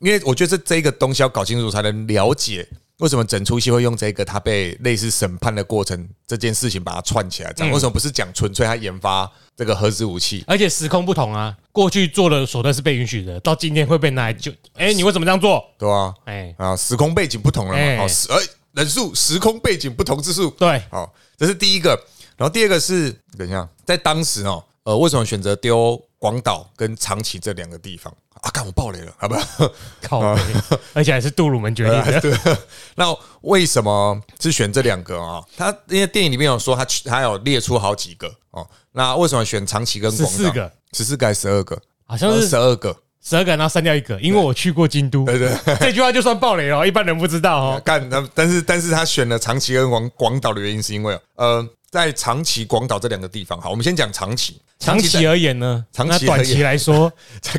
Speaker 2: 因为我觉得这这个东西要搞清楚才能了解。为什么整出戏会用这个他被类似审判的过程这件事情把它串起来？
Speaker 1: 嗯
Speaker 2: 这样、为什么不是讲纯粹他研发这个核子武器？
Speaker 1: 而且时空不同啊，过去做的手段是被允许的，到今天会被拿来就，哎，你为什么这样做？
Speaker 2: 对啊，
Speaker 1: 哎，
Speaker 2: 啊，时空背景不同了
Speaker 1: 哎
Speaker 2: 嘛，好，时哎人数时空背景不同之数，
Speaker 1: 对，
Speaker 2: 好，这是第一个。然后第二个是，等一下，在当时哦，呃，为什么选择丢广岛跟长崎这两个地方啊？看我爆雷了，好吧？
Speaker 1: 靠北，哦 而且还是杜鲁门决定的，
Speaker 2: 对，啊那为什么是选这两个啊？他因为电影里面有说他去他有列出好几个哦，那为什么选长崎跟广岛？
Speaker 1: 14个，
Speaker 2: 十四个还是十二个？
Speaker 1: 好像是
Speaker 2: 十二个。
Speaker 1: 十二个，然后删掉一个，因为我去过京都，
Speaker 2: 对对，
Speaker 1: 这句话就算暴雷了，一般人不知道哦。
Speaker 2: 啊干，那但是但是他选了长崎跟广广岛的原因是因为，呃，在长崎、广岛这两个地方，好，我们先讲长崎。
Speaker 1: 长期
Speaker 2: 在
Speaker 1: 而言呢，
Speaker 2: 长期
Speaker 1: 那短
Speaker 2: 而
Speaker 1: 期
Speaker 2: 言
Speaker 1: 来 说，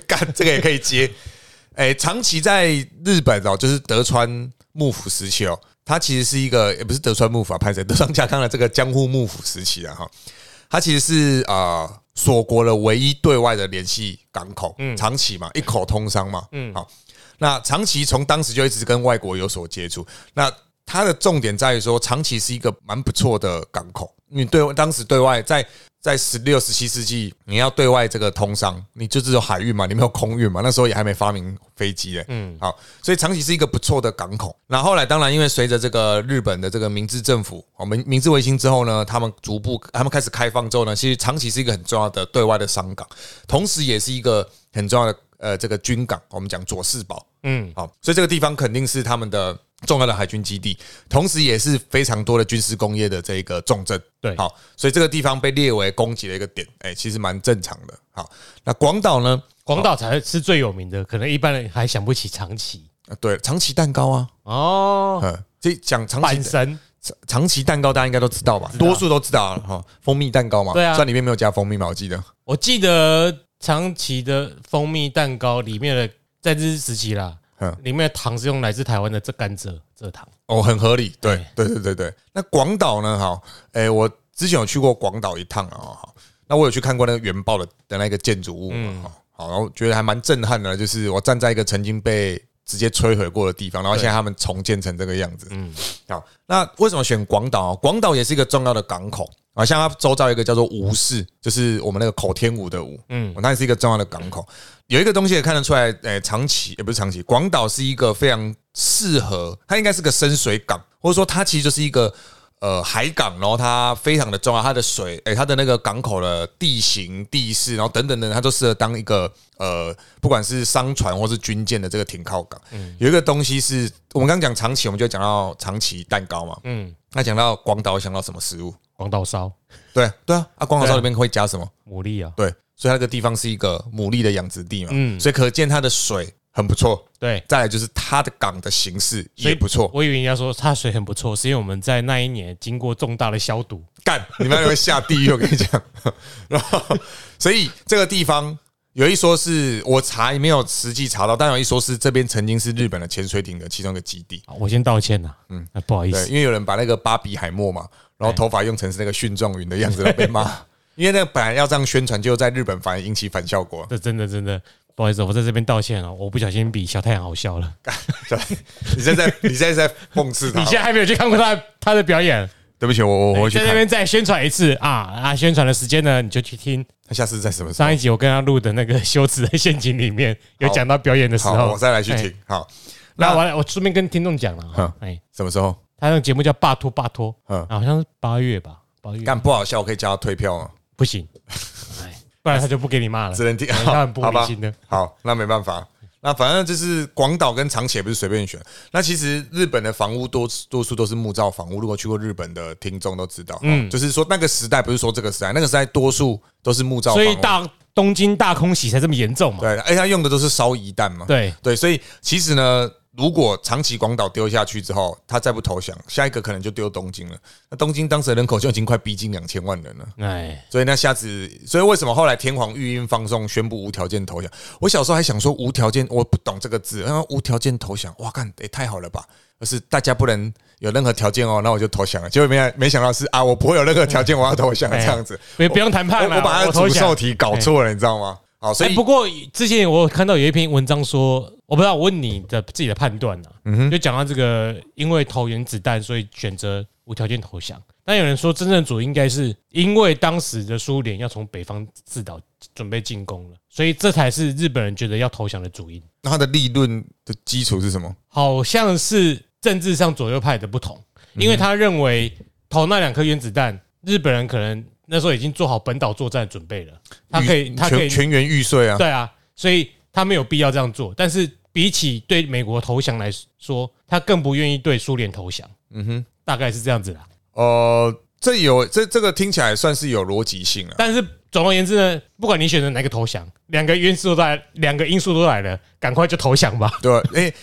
Speaker 2: 干这个也可以接，哎，长崎在日本哦，就是德川幕府时期哦，它其实是一个也不是德川幕府啊，拍谁德川家康的这个江户幕府时期啊哈，它其实是啊锁国的唯一对外的联系港口，
Speaker 1: 嗯
Speaker 2: 长崎嘛，一口通商嘛，
Speaker 1: 嗯
Speaker 2: 好，那长崎从当时就一直跟外国有所接触，那它的重点在于说，长崎是一个蛮不错的港口，你对当时对外在。在十六、十七世纪，你要对外这个通商，你就只有海运嘛，你没有空运嘛。那时候也还没发明飞机嘞，嗯，好，所以长崎是一个不错的港口。那后来当然，因为随着这个日本的这个明治政府，我们明治维新之后呢，他们逐步他们开始开放之后呢，其实长崎是一个很重要的对外的商港，同时也是一个很重要的呃这个军港。我们讲佐世保，
Speaker 1: 嗯，
Speaker 2: 好，所以这个地方肯定是他们的重要的海军基地，同时也是非常多的军事工业的这个重镇。
Speaker 1: 对
Speaker 2: 好，所以这个地方被列为攻击的一个点，哎、其实蛮正常的。好，那广岛呢？
Speaker 1: 广岛才是最有名的，可能一般人还想不起长崎
Speaker 2: 呃对，长崎蛋糕啊，
Speaker 1: 哦，
Speaker 2: 嗯，这讲长崎
Speaker 1: 阪
Speaker 2: 的
Speaker 1: 神
Speaker 2: 长长崎蛋糕，大家应该都知道吧？多数都知道啊哈、蜂蜜蛋糕嘛，
Speaker 1: 对啊
Speaker 2: 虽然里面没有加蜂蜜嘛，我记得。
Speaker 1: 我记得长崎的蜂蜜蛋糕里面的在日治时期啦
Speaker 2: 嗯，
Speaker 1: 里面的糖是用来自台湾的这甘蔗蔗糖。
Speaker 2: 哦，很合理，对
Speaker 1: 哎，
Speaker 2: 对对对对。那广岛呢？哈，哎、我之前有去过广岛一趟啊，哈，那我有去看过那个原爆的的那个建筑物嘛，哈、好，然后觉得还蛮震撼的，就是我站在一个曾经被直接摧毁过的地方，然后
Speaker 1: 对
Speaker 2: 现在他们重建成这个样子，
Speaker 1: 嗯
Speaker 2: 嗯，好，那为什么选广岛啊？广岛也是一个重要的港口。啊，像它周遭有一个叫做吴市，就是我们那个口天吴的吴，
Speaker 1: 嗯
Speaker 2: 嗯，那是一个重要的港口。有一个东西也看得出来，诶、长崎也不是长崎，广岛是一个非常适合，它应该是个深水港，或者说它其实就是一个呃海港，然后它非常的重要，它的水，诶、它的那个港口的地形、地势，然后等等等，它都适合当一个呃，不管是商船或是军舰的这个停靠港。
Speaker 1: 嗯
Speaker 2: 有一个东西是我们刚刚讲长崎，我们就讲到长崎蛋糕嘛，
Speaker 1: 嗯，
Speaker 2: 那讲到广岛，想到什么食物？
Speaker 1: 广岛烧
Speaker 2: 对对啊，啊，广岛
Speaker 1: 对啊
Speaker 2: 烧里面会加什么？
Speaker 1: 牡蛎啊，
Speaker 2: 对，所以它那个地方是一个牡蛎的养殖地嘛，
Speaker 1: 嗯
Speaker 2: 所以可见它的水很不错。
Speaker 1: 对，
Speaker 2: 再来就是它的港的形式
Speaker 1: 所以
Speaker 2: 也不错。
Speaker 1: 我以为人家说它水很不错，是因为我们在那一年经过重大的消毒。
Speaker 2: 干，你们会下地狱，我跟你讲。 然后，所以这个地方有一说是我查没有实际查到，但有一说是这边曾经是日本的潜水艇的其中一个基地。
Speaker 1: 好啊我先道歉呐，嗯，不好意
Speaker 2: 对，
Speaker 1: 思，
Speaker 2: 因为有人把那个巴比海默嘛，然后头发用成是那个蕈状云的样子，然后被骂。因为那个本来要这样宣传，就在日本反而引起反效果。
Speaker 1: 这真的真的不好意思，我在这边道歉啊，我不小心比小太阳好笑了。
Speaker 2: 你现在在你现在在讽刺 他
Speaker 1: 你现，在还没有去看过他的他的表演，
Speaker 2: 对不起，我我我会去
Speaker 1: 在那
Speaker 2: 看。
Speaker 1: 边再宣传一次啊啊！宣传的时间呢，你就去听
Speaker 2: 他下次在什么时候？
Speaker 1: 上一集我跟他录的那个《羞耻的陷阱》里面有讲到表演的时
Speaker 2: 好，
Speaker 1: 候
Speaker 2: 我，再来去
Speaker 1: 哎
Speaker 2: 听。好，
Speaker 1: 那
Speaker 2: 那
Speaker 1: 完了，我顺便跟听众讲了啊，哎，
Speaker 2: 什么时候？
Speaker 1: 他那个节目叫《霸托霸托》，啊
Speaker 2: 嗯
Speaker 1: 好像是八月吧，八月
Speaker 2: 干不好笑，我可以叫他退票哦吗？
Speaker 1: 不行，哎，不然他就不给你 骂了
Speaker 2: 只。能听，
Speaker 1: 哎他很玻
Speaker 2: 好
Speaker 1: 璃
Speaker 2: 吧
Speaker 1: 心的，
Speaker 2: 好，那没办法。那反正就是广岛跟长崎也不是随便选。那其实日本的房屋多多数都是木造房屋，如果去过日本的听众都知道，嗯，就是说那个时代不是说这个时代，那个时代多数都是木造
Speaker 1: 所
Speaker 2: 房屋，
Speaker 1: 以大东京大空袭才这么严重嘛。
Speaker 2: 对，而且他用的都是烧夷弹嘛，
Speaker 1: 对，
Speaker 2: 对，所以其实呢，如果长崎广岛丢下去之后，他再不投降，下一个可能就丢东京了。那东京当时的人口就已经快逼近两千万人了。
Speaker 1: 哎，
Speaker 2: 所以那下次，所以为什么后来天皇御音放送宣布无条件投降？我小时候还想说无条件，我不懂这个字，然后无条件投降，哇，干也、太好了吧！而是大啊家不能有任何条件哦，那我就投 降了。结果没没想到是啊，我不会有任何条件，我要投降
Speaker 1: 哎
Speaker 2: 这样子。
Speaker 1: 不不用谈
Speaker 2: 我
Speaker 1: 判了，
Speaker 2: 我把它
Speaker 1: 投
Speaker 2: 主
Speaker 1: 降
Speaker 2: 受。体搞错了，你知道吗？好，所
Speaker 1: 哎，
Speaker 2: 以
Speaker 1: 不过之前我有看到有一篇文章说，我不知道，我问你的自己的判断呐，
Speaker 2: 嗯
Speaker 1: 就讲到这个，因为投原子弹，所以选择无条件投降。但有人说，真正主因该是因为当时的苏联要从北方自导准备进攻了，所以这才是日本人觉得要投降的主因。
Speaker 2: 那它的利润的基础是什么？
Speaker 1: 好像是政治上左右派的不同，
Speaker 2: 嗯
Speaker 1: 因为他认为投那两颗原子弹，日本人可能那时候已经做好本岛作战的准备了，他可以，
Speaker 2: 预
Speaker 1: 他可以
Speaker 2: 全，全员玉碎啊！
Speaker 1: 对啊，所以他没有必要这样做。但是比起对美国投降来说，他更不愿意对苏联投降，
Speaker 2: 嗯哼，
Speaker 1: 大概是这样子啦。
Speaker 2: 呃，这有这这个听起来算是有逻辑性啊。
Speaker 1: 但是总而言之呢，不管你选择哪个投降，两个因素都来，两个因素都来了，赶快就投降吧。
Speaker 2: 对，哎、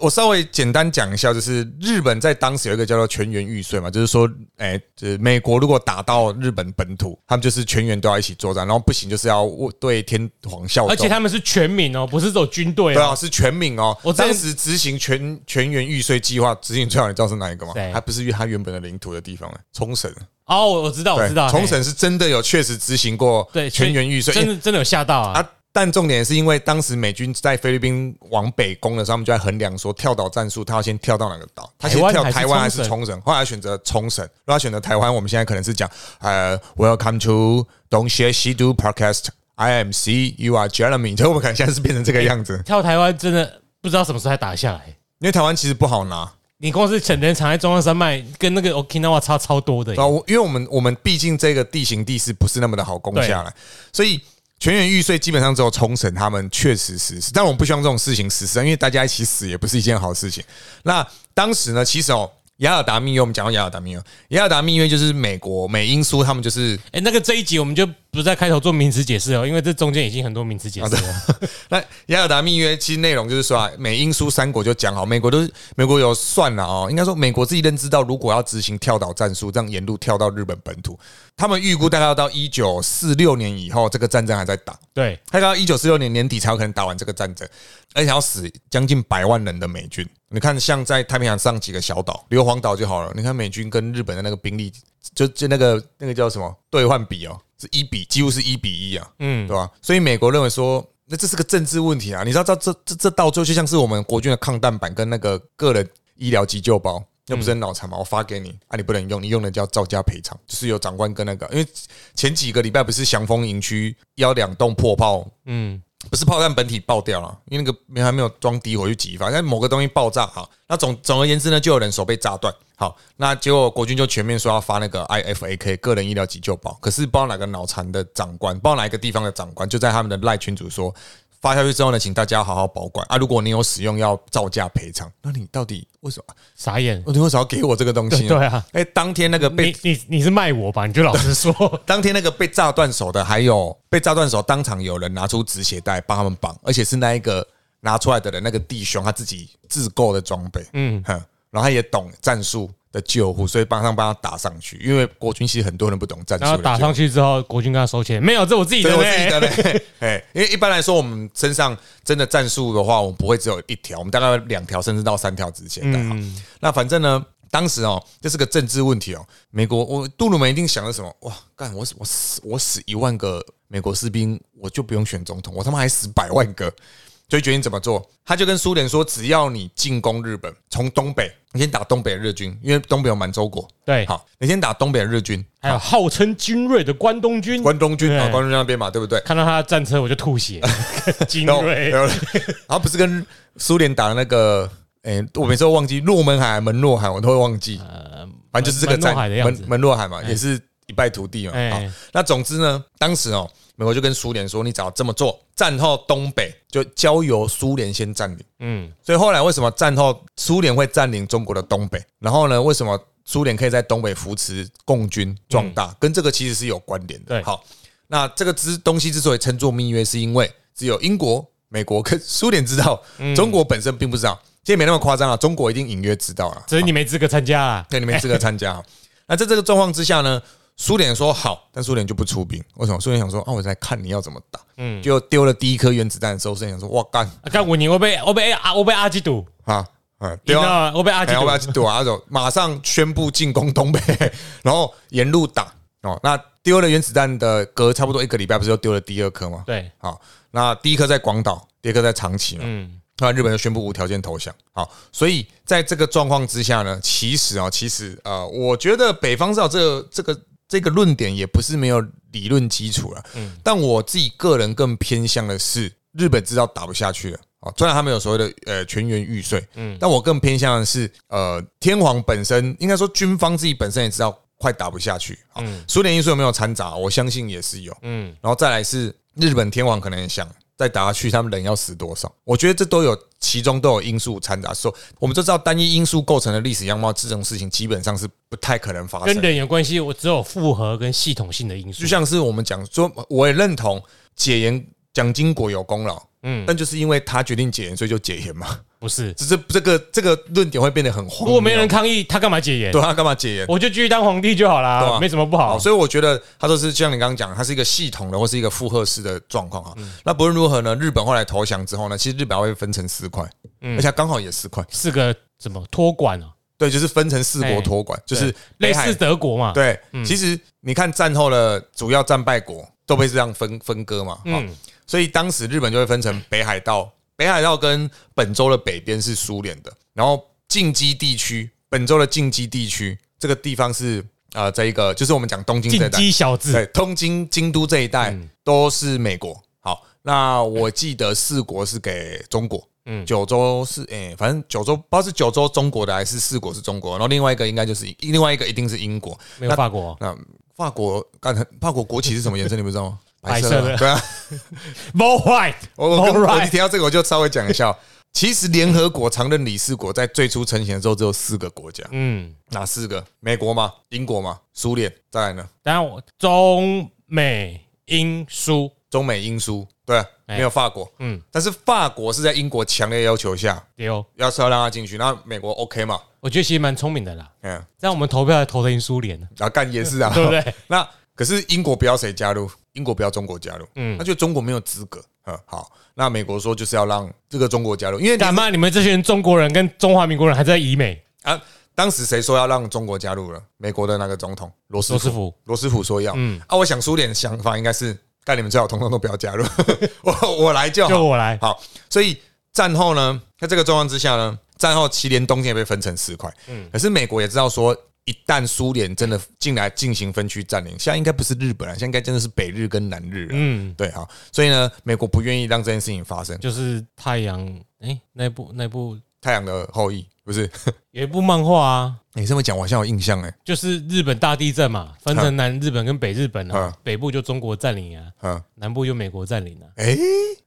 Speaker 2: 我稍微简单讲一下，就是日本在当时有一个叫做全员玉碎嘛，就是说，哎、就是美国如果打到日本本土，他们就是全员都要一起作战，然后不行就是要对天皇效忠。
Speaker 1: 而且他们是全民哦，不是走军队
Speaker 2: 对
Speaker 1: 哦
Speaker 2: 啊，。是全民哦。
Speaker 1: 我
Speaker 2: 我
Speaker 1: 之前
Speaker 2: 当时执行全全员玉碎计划，执行最好，你知道是哪一个吗
Speaker 1: 谁？
Speaker 2: 还不是他原本的领土的地方呢，冲绳。
Speaker 1: 哦，我我知道，我
Speaker 2: 对
Speaker 1: 知道，，
Speaker 2: 冲
Speaker 1: 嘿
Speaker 2: 绳是真的有确实执行过
Speaker 1: 对
Speaker 2: 全员玉碎，
Speaker 1: 真的真的有吓到啊！
Speaker 2: 啊。但重点是因为当时美军在菲律宾往北攻的时候，他们就在衡量说跳岛战术，他要先跳到哪个岛？他先
Speaker 1: 台湾
Speaker 2: 跳
Speaker 1: 还是
Speaker 2: 台湾还
Speaker 1: 冲
Speaker 2: 是
Speaker 1: 绳
Speaker 2: 冲绳？后来选择冲绳，如果他选择台湾，我们现在可能是讲呃，Welcome to Don't Share She Do Podcast。I am C, you are Jeremy，所以我们 可能现在是变成这个样子，
Speaker 1: 跳台湾真的不知道什么时候才打下来。
Speaker 2: 因为台湾其实不好拿，
Speaker 1: 你光是整天藏在中央山脉，跟那个 Okinawa 差超多的耶
Speaker 2: 对。啊，我因为我们我们毕竟这个地形地势不是那么的好攻下来，所以全员玉碎基本上只有冲绳他们确实实施，但我们不希望这种事情实施，因为大家一起死也不是一件好事情。那当时呢，其实哦，雅尔达密约，我们讲到雅尔达密约，雅尔达密约就是美国美英苏他们就是
Speaker 1: 哎，那个这一集我们就不在开头做名词解释哦，因为这中间已经很多名词解释了。
Speaker 2: 啊那雅尔达密约其实内容就是说啊，美英苏三国就讲好，美国都是美国有算了哦，应该说美国自己认知到，如果要执行跳岛战术，这样沿路跳到日本本土，他们预估大概要到一九四六年以后，这个战争还在打，
Speaker 1: 对，
Speaker 2: 他到一九四六年年底才有可能打完这个战争，而且要死将近百万人的美军。你看，像在太平洋上几个小岛，硫磺岛就好了。你看美军跟日本的那个兵力，就就那个那个叫什么兑换比哦，是一比，几乎是一比一啊，嗯，对吧？所以美国认为说，那这是个政治问题啊。你知道，这这这这到最后就像是我们国军的抗弹板跟那个个人医疗急救包。那不是很脑残吗？我发给你啊，你不能用，你用的叫造价赔偿，就是有长官跟那个，因为前几个礼拜不是祥丰营区幺两栋破炮，
Speaker 1: 嗯，
Speaker 2: 不是炮弹本体爆掉了，因为那个没还没有装低火去击发，但某个东西爆炸好，那总总而言之呢，就有人手被炸断。好，那结果国军就全面说要发那个 IFAK 个人医疗急救包，可是不知道哪个脑残的长官，不知道哪一个地方的长官，就在他们的赖群主说。发下去之后呢，请大家好好保管啊！如果你有使用，要照价赔偿。那你到底为什么？
Speaker 1: 傻眼。
Speaker 2: 你为什么要给我这个东西呢？
Speaker 1: 对啊，
Speaker 2: 哎、当天那个被
Speaker 1: 你你你是卖我吧？你就老实 说，
Speaker 2: 当天那个被炸断手的，还有被炸断手，当场有人拿出止血带帮他们绑，而且是那一个拿出来的人，那个弟兄他自己自购的装备，嗯，哼，然后他也懂战术的救护，所以帮他帮他打上去，因为国军其实很多人不懂战术
Speaker 1: 然后
Speaker 2: 的
Speaker 1: 打
Speaker 2: 救护，
Speaker 1: 上去之后，国军跟他收钱，没有，这我自己
Speaker 2: 对
Speaker 1: 的
Speaker 2: 我自己
Speaker 1: 嘞。
Speaker 2: 的嘞，哎，因为一般来说我们身上真的战术的话，我们不会只有一条，我们大概有两条甚至到三条止血带，
Speaker 1: 嗯
Speaker 2: 好那反正呢，当时哦，这是个政治问题哦。美国，我杜鲁门一定想的什么？哇，干我死我死我死一万个美国士兵，我就不用选总统，我他妈还死百万个。所以决定怎么做，他就跟苏联说，只要你进攻日本，从东北，你先打东北的日军，因为东北有满洲国。
Speaker 1: 对，
Speaker 2: 好，你先打东北的日军，
Speaker 1: 还有号称精锐的关东军，
Speaker 2: 关东军
Speaker 1: 对
Speaker 2: 啊，关东军那边嘛，对不对？
Speaker 1: 看到他的战车我就吐 血，精
Speaker 2: 然后，
Speaker 1: 锐。
Speaker 2: 然后然后不是跟苏联打那个，诶、我每次都忘记洛门海、还是门洛海，我都会忘记。
Speaker 1: 呃，
Speaker 2: 反正就是这个
Speaker 1: 门
Speaker 2: 战
Speaker 1: 门洛海的样子
Speaker 2: 门门洛海嘛，也是一败涂地嘛。
Speaker 1: 哎
Speaker 2: 好，那总之呢，当时哦，美国就跟苏联说，你只要这么做，战后东北就交由苏联先占领。
Speaker 1: 嗯，
Speaker 2: 所以后来为什么战后苏联会占领中国的东北？然后呢，为什么苏联可以在东北扶持共军壮大？跟这个其实是有关联的。
Speaker 1: 对
Speaker 2: 好，那这个之东西之所以称作蜜月，是因为只有英国、美国跟苏联知道，中国本身并不知道。这也没那么夸张啊，中国一定隐约知道了。
Speaker 1: 只是你没资格参加啊。
Speaker 2: 对，你没资格参加啊。那在这个状况之下呢，苏联说好，但苏联就不出兵。为什么？苏联想说，啊，我在看你要怎么打。嗯，就丢了第一颗原子弹的时候，苏联想说，哇干
Speaker 1: 啊干五年我被我被啊我被阿基堵，
Speaker 2: 啊，嗯，
Speaker 1: 你知
Speaker 2: 丢
Speaker 1: 道
Speaker 2: 啊，
Speaker 1: 吗我被阿基
Speaker 2: 还要
Speaker 1: 堵
Speaker 2: 不。要去躲啊？走，马上宣布进攻东北，然后沿路打哦。那丢了原子弹的隔差不多一个礼拜，不是又丢了第二颗吗？
Speaker 1: 对，
Speaker 2: 好，那第一颗在广岛，第二颗在长崎嘛。
Speaker 1: 嗯，
Speaker 2: 那日本就宣布无条件投降。好，所以在这个状况之下呢，其实啊、其实呃，我觉得北方少这个这个这个论点也不是没有理论基础了。嗯，但我自己个人更偏向的是，日本知道打不下去了。啊，虽然他们有所谓的呃全员玉碎，嗯，但我更偏向的是，呃，天皇本身应该说军方自己本身也知道快打不下去，啊，苏联因素有没有掺杂？我相信也是有，
Speaker 1: 嗯
Speaker 2: 嗯，然后再来是日本天皇可能也想再打下去，他们人要死多少？我觉得这都有其中都有因素掺杂，说我们就知道单一因素构成的历史样貌，这种事情基本上是不太可能发生
Speaker 1: 跟
Speaker 2: 的。
Speaker 1: 人有关系，我只有复合跟系统性的因素
Speaker 2: 就。像是我们讲说，我也认同解严蒋经国有功劳，
Speaker 1: 嗯，
Speaker 2: 但就是因为他决定解严，所以就解严嘛。
Speaker 1: 不是。
Speaker 2: 只是这个这个论点会变得很荒谬。
Speaker 1: 如果没人抗议，他干嘛戒严？
Speaker 2: 对他啊干嘛解严？
Speaker 1: 我就继续当皇帝就好
Speaker 2: 对
Speaker 1: 啦，
Speaker 2: 啊
Speaker 1: 没什么不好
Speaker 2: 好，。所以我觉得它都是就像你刚刚讲，它是一个系统的或是一个负荷式的状况啊。那不论如何呢，日本后来投降之后呢，其实日本还会分成四块，
Speaker 1: 嗯
Speaker 2: 而且它刚好也四块，
Speaker 1: 四个什么托管啊，
Speaker 2: 对，就是分成四国托管，就是
Speaker 1: 类
Speaker 2: 哎北海嗯
Speaker 1: 似德国嘛。，
Speaker 2: 对。其实你看战后的主要战败国都被这样分分割嘛，嗯
Speaker 1: 嗯，
Speaker 2: 所以当时日本就会分成北海道，北海道跟本州的北边是苏联的，然后近畿地区，本州的近畿地区这个地方是啊，这一个就是我们讲东京这
Speaker 1: 进
Speaker 2: 一带。
Speaker 1: 击小子，
Speaker 2: 对，东京、京都这一带、
Speaker 1: 嗯
Speaker 2: 都是美国。好，那我记得四国是给中国，
Speaker 1: 嗯
Speaker 2: 嗯，九州是诶、反正九州不知道是九州中国的还是四国是中国，然后另外一个应该就是另外一个一定是英国。
Speaker 1: 没有法国哦，
Speaker 2: 那法国刚才法国国旗是什么颜色？你不知道吗？
Speaker 1: 白色
Speaker 2: 色
Speaker 1: 的
Speaker 2: 对啊，
Speaker 1: ，More White，
Speaker 2: 我我
Speaker 1: All
Speaker 2: 跟
Speaker 1: right
Speaker 2: 我提到这个，我就稍微讲一下哦。其实联合国常任理事国在最初成型的时候只有四个国家，
Speaker 1: 嗯，
Speaker 2: 哪四个？美国嘛，英国嘛，苏联，再来呢？
Speaker 1: 当然我中美英苏，
Speaker 2: 中美英苏，对啊，
Speaker 1: 哎
Speaker 2: 没有法国。
Speaker 1: 嗯，
Speaker 2: 但是法国是在英国强烈要求下，
Speaker 1: 对哦，
Speaker 2: 要是要让他进去，那美国 OK 嘛？
Speaker 1: 我觉得其实蛮聪明的啦，
Speaker 2: 嗯，
Speaker 1: 这样我们投票还投得赢苏联呢，
Speaker 2: 然后干也是啊，
Speaker 1: 对不？对？
Speaker 2: 那可是英国不要谁加入，英国不要中国加入，
Speaker 1: 嗯
Speaker 2: 嗯，那就中国没有资格。嗯，好，那美国说就是要让这个中国加入，因为
Speaker 1: 干
Speaker 2: 你
Speaker 1: 嘛你们这群中国人跟中华民国人还在以美？
Speaker 2: 啊，当时谁说要让中国加入了？美国的那个总统罗斯
Speaker 1: 罗斯
Speaker 2: 福，
Speaker 1: 福，
Speaker 2: 罗斯福说要。
Speaker 1: 嗯，
Speaker 2: 啊，我想苏联想法应该是，干你们最好统统都不要加入， 我我来就好，
Speaker 1: 就我来，
Speaker 2: 好，所以战后呢，在这个状况之下呢，战后其联东京也被分成四块。
Speaker 1: 嗯
Speaker 2: 嗯，可是美国也知道说，一旦苏联真的进来进行分区占领，现在应该不是日本了，啊现在应该真的是北日跟南日了。啊
Speaker 1: 嗯，
Speaker 2: 对，好，所以呢，美国不愿意让这件事情发生。
Speaker 1: 就是太阳，哎，那部那部
Speaker 2: 太阳的后裔不是？
Speaker 1: 有一部漫画啊，
Speaker 2: 你这么讲，我好像有印象哎、
Speaker 1: 就是日本大地震嘛，分成南日本跟北日本啊
Speaker 2: 嗯，
Speaker 1: 北部就中国占领啊，
Speaker 2: 嗯，
Speaker 1: 南部就美国占领啊，
Speaker 2: 哎、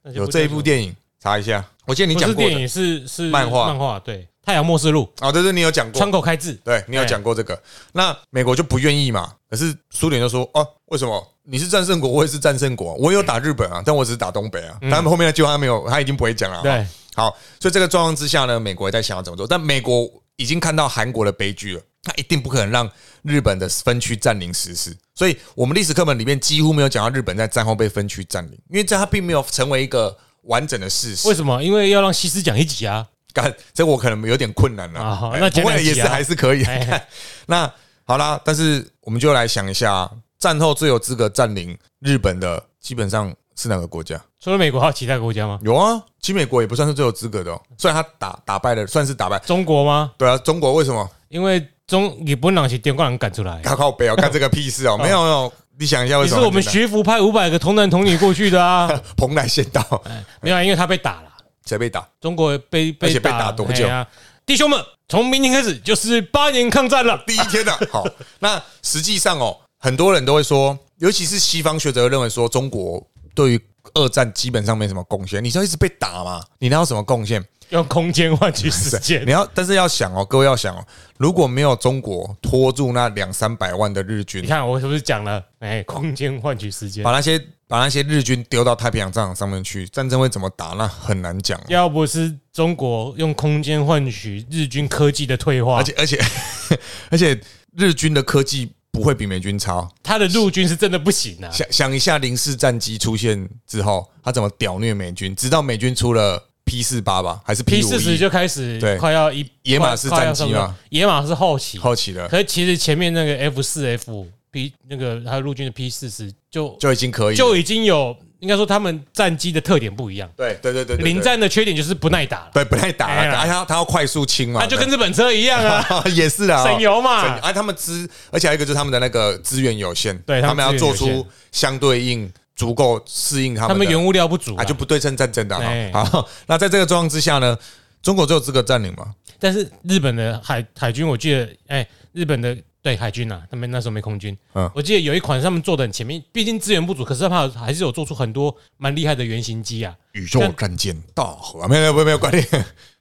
Speaker 1: 那就
Speaker 2: 有
Speaker 1: 不
Speaker 2: 这一
Speaker 1: 叫
Speaker 2: 部
Speaker 1: 做
Speaker 2: 电影，查一下。我记得你
Speaker 1: 不
Speaker 2: 讲
Speaker 1: 是
Speaker 2: 过
Speaker 1: 电
Speaker 2: 的
Speaker 1: 影，是是
Speaker 2: 漫画
Speaker 1: 漫画对，《太阳末世录》
Speaker 2: 哦，对对，你有讲过
Speaker 1: 川。口开治，
Speaker 2: 对你有讲过这个，那美国就不愿意嘛。可是苏联就说：“哦、为什么你是战胜国，我也是战胜国，我有打日本啊，但我只是打东北啊。
Speaker 1: 嗯
Speaker 2: 他们后面的句话他没有，他已经不会讲了。
Speaker 1: 对，
Speaker 2: 好，所以这个状况之下呢，美国也在想要怎么做，但美国已经看到韩国的悲剧了，他一定不可能让日本的分区占领实施。所以我们历史课本里面几乎没有讲到日本在战后被分区占领，因为这它并没有成为一个完整的事实。
Speaker 1: 为什么？因为要让西施讲一集啊，
Speaker 2: 干，这我可能有点困难了、
Speaker 1: 啊好
Speaker 2: 哎
Speaker 1: 那讲
Speaker 2: 不会
Speaker 1: 两集
Speaker 2: 也
Speaker 1: 啊
Speaker 2: 是还是可以。
Speaker 1: 哎
Speaker 2: 干那好啦，但是我们就来想一下，啊战后最有资格占领日本的，基本上是哪个国家？
Speaker 1: 除了美国，还有其他国家吗？
Speaker 2: 有啊，其实美国也不算是最有资格的、哦，虽然他打打败了，算是打败。
Speaker 1: 中国吗？
Speaker 2: 对啊，中国为什么
Speaker 1: 因为中日本人是电光人赶出来，
Speaker 2: 靠靠北哦，干这个屁事哦？没有没有，你想一下为
Speaker 1: 也
Speaker 2: 什
Speaker 1: 是
Speaker 2: 么？
Speaker 1: 我们学府派五百个童男童女过去的 啊，
Speaker 2: 蓬莱仙岛
Speaker 1: 哎没有啊，因为他被打了，
Speaker 2: 谁被打？
Speaker 1: 中国被
Speaker 2: 而
Speaker 1: 被
Speaker 2: 且被打多久
Speaker 1: 哎呀弟兄们，从明天开始就是八年抗战了。
Speaker 2: 第一天的、啊好，那实际上哦，很多人都会说，尤其是西方学者会认为说，中国对于二战基本上没什么贡献。你就一直被打嘛，你能有什么贡献？
Speaker 1: 用空间换取时间
Speaker 2: 你，要，但 是要想哦，各位要想哦，如果没有中国拖住那两三百万的日军
Speaker 1: 你，看我是不是讲了？哎，空间换取时间
Speaker 2: 把，那些把那些日军丢到太平洋战场上面去，战争会怎么打？那很难讲哦、
Speaker 1: 要不是中国用空间换取日军科技的退化，
Speaker 2: 而且而且 而且，日军的科技不会比美军差哦、
Speaker 1: 他的陆军是真的不行啊。
Speaker 2: 想想一下，零式战机出现之后，他怎么屌虐美军？直到美军出了 P 四八吧，还是 P
Speaker 1: P
Speaker 2: 五
Speaker 1: 四十
Speaker 2: 一？
Speaker 1: 就开始
Speaker 2: 对
Speaker 1: 快要一
Speaker 2: 野马式战机嘛，
Speaker 1: 快要上路野马是后期，
Speaker 2: 好奇了，
Speaker 1: 可是其实前面那个 F 四 F 五 P 那个还有陆军的 P 四十就
Speaker 2: 就已经可以了。
Speaker 1: 就已经有应该说他们战机的特点不一样，
Speaker 2: 对对对对，对
Speaker 1: 临战的缺点就是不耐打了，
Speaker 2: 对不太打
Speaker 1: 哎
Speaker 2: 了，
Speaker 1: 呀
Speaker 2: 他他他要快速清嘛，
Speaker 1: 那就跟日本车一样 啊，
Speaker 2: 对也是啦，
Speaker 1: 省油嘛
Speaker 2: 省哎，他们资，而且还有一个就是他们的那个资源有限，
Speaker 1: 对他
Speaker 2: 他
Speaker 1: 们
Speaker 2: 们要
Speaker 1: 资源
Speaker 2: 做
Speaker 1: 有限
Speaker 2: 出相对应足够适应他
Speaker 1: 他
Speaker 2: 们
Speaker 1: 们
Speaker 2: 的
Speaker 1: 原物料不足啊
Speaker 2: 啊，就不对称战争的
Speaker 1: 哎
Speaker 2: 哈。好，那在这个状况之下呢，中国只有资格占领嘛？
Speaker 1: 但是日本的海海军，我记得，哎、日本的对海军啊，他们那时候没空军。
Speaker 2: 嗯
Speaker 1: 我记得有一款他们做的很前面，毕竟资源不足，可是他们还是有做出很多蛮厉害的原型机啊，
Speaker 2: 宇宙
Speaker 1: 但
Speaker 2: 战舰大和，啊没有没有没有没有关联，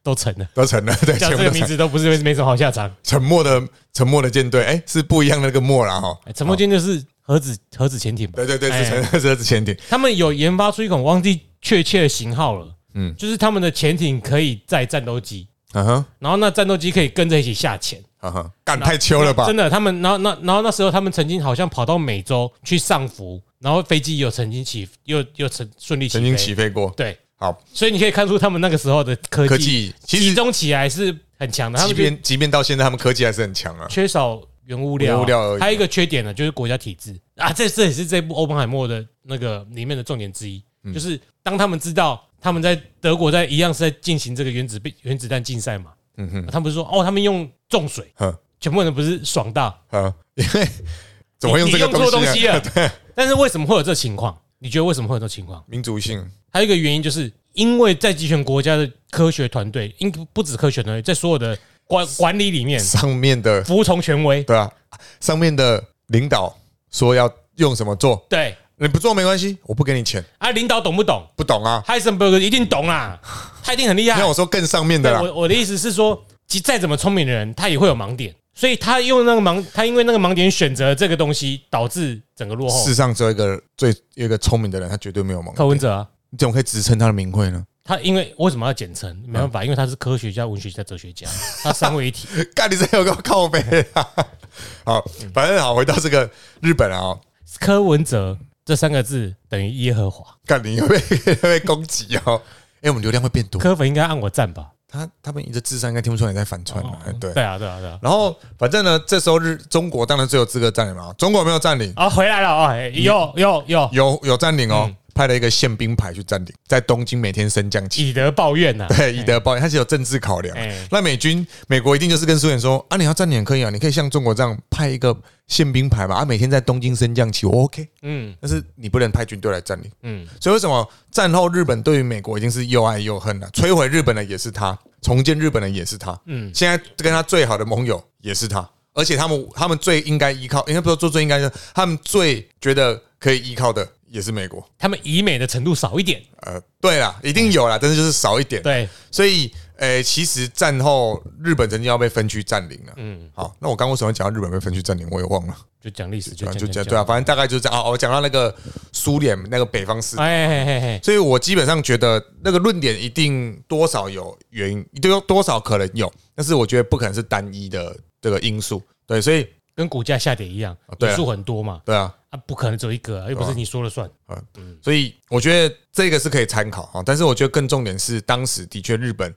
Speaker 1: 都成 了。
Speaker 2: 都成了，对，
Speaker 1: 叫这
Speaker 2: 全部
Speaker 1: 个
Speaker 2: 都成
Speaker 1: 名。字都不是没什么好下场。
Speaker 2: 沉默的沉默的舰队，哎、是不一样的那个默啦哈。
Speaker 1: 哎陈默君就是核子核子潜艇吧，
Speaker 2: 对对对，
Speaker 1: 哎
Speaker 2: 是沉是子潜艇，
Speaker 1: 他们有研发出一款忘记确切的型号了，
Speaker 2: 嗯
Speaker 1: 嗯，就是他们的潜艇可以载战斗机，
Speaker 2: 嗯哼，
Speaker 1: 然后那战斗机可以跟着一起下潜，
Speaker 2: 嗯哼，干太秋了吧？
Speaker 1: 真的，他们然后那然后那时候他们曾经好像跑到美洲去上浮，然后飞机有曾经起又又曾顺利起
Speaker 2: 曾经
Speaker 1: 飞，
Speaker 2: 起飞过，
Speaker 1: 对，
Speaker 2: 好，
Speaker 1: 所以你可以看出他们那个时候的科技
Speaker 2: 科技其
Speaker 1: 集
Speaker 2: 实
Speaker 1: 中起来是很强的，他
Speaker 2: 即
Speaker 1: 们就
Speaker 2: 便即便到现在，他们科技还是很强啊。
Speaker 1: 缺少原物料，
Speaker 2: 原物料而已
Speaker 1: 还有一个缺点呢，就是国家体制啊，这这也是这部《欧本海默》的那个里面的重点之一，
Speaker 2: 嗯
Speaker 1: 就是当他们知道他们在德国在一样是在进行这个原子原子弹竞赛嘛，
Speaker 2: 嗯哼，
Speaker 1: 他们不是说哦，他们用重水，
Speaker 2: 哼
Speaker 1: 全部人不是爽大，
Speaker 2: 哼，啊因为怎么会用
Speaker 1: 你
Speaker 2: 这个
Speaker 1: 你用错
Speaker 2: 东西 啊？
Speaker 1: 东但是为什么会有这情况？你觉得为什么会有这情况？
Speaker 2: 民族性，
Speaker 1: 还有一个原因就是因为在集权国家的科学团队，应不止科学团队，在所有的管管理里面
Speaker 2: 上面的
Speaker 1: 服从权威，
Speaker 2: 对啊，上面的领导说要用什么做，
Speaker 1: 对
Speaker 2: 你不做没关系，我不给你钱，
Speaker 1: 啊，领导懂不懂？
Speaker 2: 不懂啊。
Speaker 1: 海森伯格一定懂啦，他一定很厉
Speaker 2: 你
Speaker 1: 害
Speaker 2: 看。我说更上面的
Speaker 1: 哎对，
Speaker 2: 啦，
Speaker 1: 我我的意思是说，即再怎么聪明的人，他也会有盲点，所以他用那个盲，他因为那个盲点选择这个东西，导致整个落后
Speaker 2: 世。上只有一个最有一个聪明的人，他绝对没有盲
Speaker 1: 柯文
Speaker 2: 点。
Speaker 1: 哲啊，
Speaker 2: 你怎么可以直称他的名讳呢？
Speaker 1: 他因为为什么要简称？没办法，因为他是科学家、文学家、哲学家，他三位一体。
Speaker 2: 干你这有个靠背啊！好，
Speaker 1: 嗯
Speaker 2: 反正好，回到这个日本啊、哦，
Speaker 1: 柯文哲这三个字等于耶和华，
Speaker 2: 干你会被会被攻击 哦。哎、我们流量会变多，
Speaker 1: 柯粉应该按我赞吧？
Speaker 2: 他他们一个智商应该听不出来你在反串、啊，哎对。
Speaker 1: 对啊，对啊，对啊。
Speaker 2: 然后反正呢，这时候日中国当然最有资格占领嘛，中国没有占领，
Speaker 1: 啊，嗯回来了啊！哎
Speaker 2: 嗯
Speaker 1: 有有有，
Speaker 2: 有有占领哦，派了一个宪兵排去占领，在东京每天升降旗。
Speaker 1: 以德报怨呐。
Speaker 2: 对，以德报怨，它是有政治考量
Speaker 1: 哎。
Speaker 2: 那美军，美国一定就是跟苏联说啊，你要占领也可以啊，你可以像中国这样派一个宪兵排嘛，啊，每天在东京升降旗，我 OK，
Speaker 1: 嗯
Speaker 2: 但是你不能派军队来占领。
Speaker 1: 嗯，
Speaker 2: 所以为什么战后日本对于美国已经是又爱又恨了？摧毁日本的也是他，重建日本的也是他，嗯
Speaker 1: 嗯，
Speaker 2: 现在跟他最好的盟友也是他，而且他们他们最应该依靠，应该不是说最应该，就是他们最觉得可以依靠的也是美国。
Speaker 1: 他们以美的程度少一点。
Speaker 2: 呃，对啦，一定有啦，但是就是少一
Speaker 1: 嗯
Speaker 2: 点。
Speaker 1: 对，
Speaker 2: 所以，呃，其实战后日本曾经要被分区占领了。
Speaker 1: 嗯，
Speaker 2: 好，那我刚为什么讲到日本被分区占领，我也忘了，
Speaker 1: 就讲历史，就
Speaker 2: 对啊
Speaker 1: 讲
Speaker 2: 就
Speaker 1: 讲
Speaker 2: 讲对啊，反正大概就是这样。啊，我讲到那个苏联那个北方四
Speaker 1: 哎嘿嘿嘿，
Speaker 2: 所以我基本上觉得那个论点一定多少有原因，多多少可能有，但是我觉得不可能是单一的这个因素。对，所以
Speaker 1: 跟股价下跌一样，
Speaker 2: 对啊
Speaker 1: 因素很多嘛，
Speaker 2: 对啊，
Speaker 1: 啊，不可能只有一个啊，又不是你说了算。
Speaker 2: 所以我觉得这个是可以参考啊，但是我觉得更重点是，当时的确日本，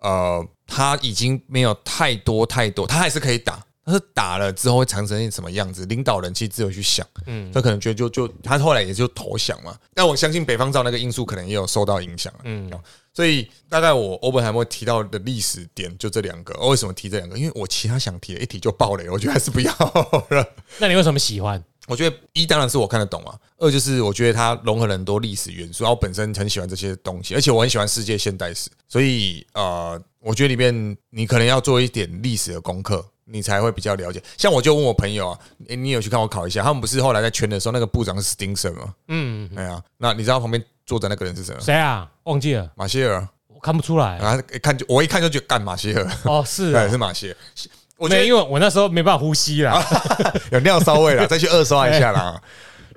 Speaker 2: 呃，他已经没有太多太多，他还是可以打，但是打了之后会产生什么样子，领导人其实只有去想，嗯，他可能觉得就就他后来也就投降嘛。但我相信北方照那个因素可能也有受到影响，嗯，所以大概我欧本海默提到的历史点就这两个，哦为什么提这两个？因为我其他想提的一提就爆雷，我觉得还是不要 了。
Speaker 1: 那你为什么喜欢？
Speaker 2: 我觉得一当然是我看得懂啊，二就是我觉得它融合了很多历史元素，然后我本身很喜欢这些东西，而且我很喜欢世界现代史，所以呃，我觉得里面你可能要做一点历史的功课，你才会比较了解。像我就问我朋友啊，诶你有去看我考一下？他们不是后来在圈的时候，那个部长是 Stinson 吗？
Speaker 1: 嗯，
Speaker 2: 哎呀，那你知道旁边坐的那个人是谁吗？
Speaker 1: 谁啊？忘记了，
Speaker 2: 马歇尔
Speaker 1: 我看不出 来。
Speaker 2: 啊，一看就我一看就觉得干马歇尔，
Speaker 1: 哦，是啊
Speaker 2: 对，，是马歇尔。我觉
Speaker 1: 没
Speaker 2: 得啊
Speaker 1: 有，因为我那时候没办法呼吸啦。
Speaker 2: 有尿骚 味了，再去二刷一下啦。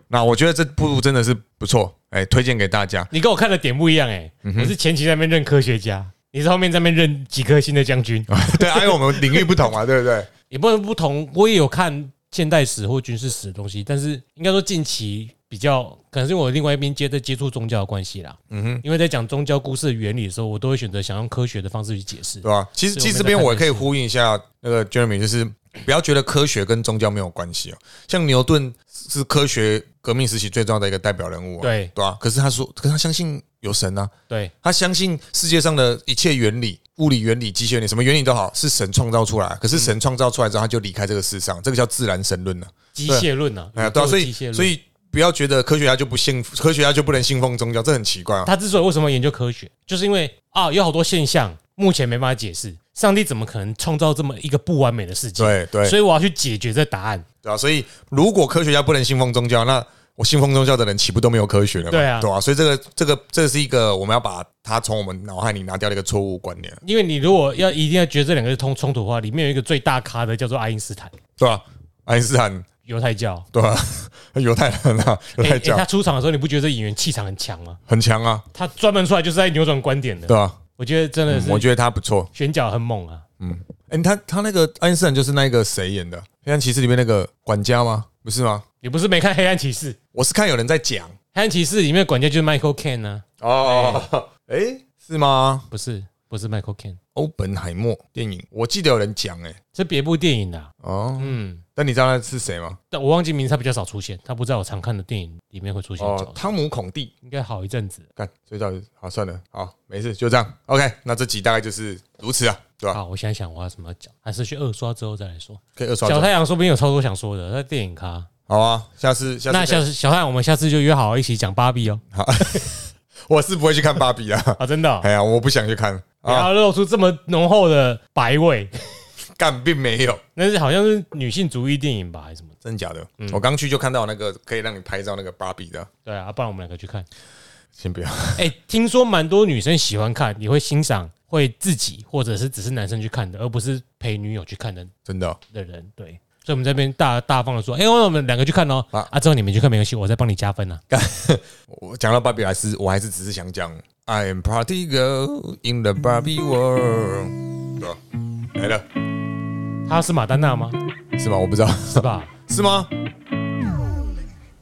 Speaker 2: 那我觉得这部真的是不错，哎、推荐给大家。
Speaker 1: 你跟我看的点不一样哎，
Speaker 2: 嗯
Speaker 1: 我是前期在那边认科学家，你是后面在那边认几颗星的将军，
Speaker 2: 对，啊因为我们领域不同嘛，对不对？
Speaker 1: 也不能不同。我也有看现代史或军事史的东西，但是应该说近期比较，可能是因为我另外一边接在接触宗教的关系啦。嗯哼，因为在讲宗教故事的原理的时候，我都会选择想用科学的方式去解释
Speaker 2: 对。吧？其实，
Speaker 1: 所以我
Speaker 2: 其
Speaker 1: 没
Speaker 2: 实这
Speaker 1: 在
Speaker 2: 边
Speaker 1: 看
Speaker 2: 我也
Speaker 1: 这
Speaker 2: 可以
Speaker 1: 些
Speaker 2: 呼应一下那个 Jeremy，就是不要觉得科学跟宗教没有关系哦。像牛顿是科学革命时期最重要的一个代表人物、啊，
Speaker 1: 对
Speaker 2: 对吧、可是他说，可是他相信有神啊，
Speaker 1: 对，
Speaker 2: 他相信世界上的一切原理、物理原理、机械原理，什么原理都好，是神创造出来啊。可
Speaker 1: 嗯
Speaker 2: 是神创造出来之后，他就离开这个世上，这个叫自然神论了、啊。
Speaker 1: 机械论啊，
Speaker 2: 哎，对啊，所
Speaker 1: 宇宙的机械
Speaker 2: 以
Speaker 1: 论
Speaker 2: 所以不要觉得科学家就不信，科学家就不能信奉宗教，这很奇怪啊。
Speaker 1: 他之所以为什么研究科学，就是因为啊，有好多现象目前没办法解释，上帝怎么可能创造这么一个不完美的世界？
Speaker 2: 对对
Speaker 1: 所以我要去解决这答案。
Speaker 2: 对啊，所以如果科学家不能信奉宗教，那我信奉宗教的人岂不都没有科学了吗？
Speaker 1: 对啊
Speaker 2: 对啊，所以这个这个这是一个我们要把它从我们脑海里拿掉的一个错误观念，
Speaker 1: 因为你如果要一定要觉得这两个是冲冲突的话，里面有一个最大咖的叫做爱因斯坦，
Speaker 2: 对吧、爱因斯坦，
Speaker 1: 犹太教，
Speaker 2: 对吧、犹太人啊，犹太
Speaker 1: 哎哎
Speaker 2: 教
Speaker 1: 他出场的时候，你不觉得这演员气场很强吗？
Speaker 2: 很强啊，
Speaker 1: 他专门出来就是在扭转观点的，
Speaker 2: 对啊，
Speaker 1: 我觉得真的
Speaker 2: 嗯我
Speaker 1: 是
Speaker 2: 觉得他不错。
Speaker 1: 选角很猛啊。
Speaker 2: 哎，他他那个安斯坦就是那个谁演的《黑暗骑士》里面那个管家吗？不是吗？
Speaker 1: 也不是没看《黑暗骑士》，《
Speaker 2: 我是看有人在讲
Speaker 1: 黑暗骑士》里面的管家就是 Michael Caine 啊，
Speaker 2: 哦，哎，是吗？
Speaker 1: 不是不是 Michael Caine，
Speaker 2: 欧本海默电影，我记得有人讲哎，
Speaker 1: 是别部电影的、
Speaker 2: 哦，
Speaker 1: 嗯，
Speaker 2: 但你知道那是谁吗？
Speaker 1: 但我忘记名字，他比较少出现，他不在我常看的电影里面会出现角色
Speaker 2: 哦，汤姆孔蒂，
Speaker 1: 应该好一阵子。
Speaker 2: 看，所以到底好算了，好，没事，就这样。OK，那这集大概就是如此啊，对吧、
Speaker 1: 好，我想一想我要怎么讲，还是去二刷之后再来说。
Speaker 2: 可以二刷
Speaker 1: 小
Speaker 2: 走，
Speaker 1: 太阳说不定有超多想说的，那电影咖。
Speaker 2: 好啊，下次下次
Speaker 1: 那
Speaker 2: 可以
Speaker 1: 下次小太阳，我们下次就约好一起讲芭比哦。
Speaker 2: 我是不会去看芭比 啊，
Speaker 1: 啊，真的哦、
Speaker 2: 哎呀，我不想去看
Speaker 1: 不
Speaker 2: 啊，
Speaker 1: 要露出这么浓厚的白味，
Speaker 2: 干并没有，
Speaker 1: 那是好像是女性主义电影吧，还是什么？
Speaker 2: 真假的？
Speaker 1: 嗯
Speaker 2: 我刚去就看到那个可以让你拍照那个芭比的，
Speaker 1: 对啊，不然我们两个去看。
Speaker 2: 先不要，
Speaker 1: 哎、听说蛮多女生喜欢看，也会欣赏，会自己或者是只是男生去看的，而不是陪女友去看的
Speaker 2: 真的哦、
Speaker 1: 的人。对，所以我们这边大大方的说，哎、那我们两个去看哦。
Speaker 2: 啊
Speaker 1: 啊之后你们去看没关系，我再帮你加分啊。
Speaker 2: 我讲到芭比，还是我还是只是想讲，I am party girl in the Barbie world，对吧？来了，
Speaker 1: 她是马丹娜吗？
Speaker 2: 是吗？我不知道，
Speaker 1: 是吧？
Speaker 2: 是吗？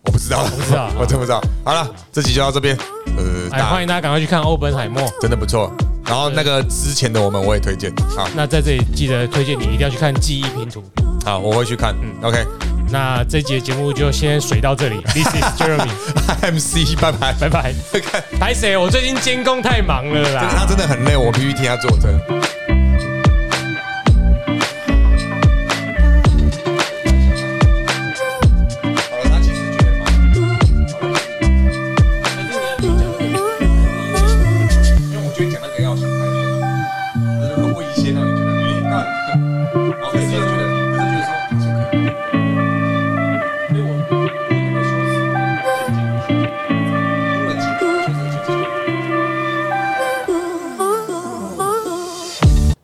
Speaker 2: 我不知道，我
Speaker 1: 不知道
Speaker 2: 我真不知道。好了，这集就到这边，呃，
Speaker 1: 哎，
Speaker 2: 大
Speaker 1: 欢迎大家赶快去看《欧本海默》。
Speaker 2: 真的不错。然后那个之前的我们我也推荐，好
Speaker 1: 那在这里记得推荐你一定要去看《记忆拼图》。
Speaker 2: 好，我会去看。OK，I'm
Speaker 1: 嗯 那这集的节目就先水到这里。This is Jeremy，
Speaker 2: C，拜拜。
Speaker 1: 拜 拜。
Speaker 2: 看，
Speaker 1: 拍谁？我最近监工太忙了 啦。
Speaker 2: 他真的很累，我必须替他作证。好了，他其实觉得蛮。因为我觉得讲那个要想开一点，就是会一些让你觉得，哎，那，然后可是又觉得，可是觉得说好像可以，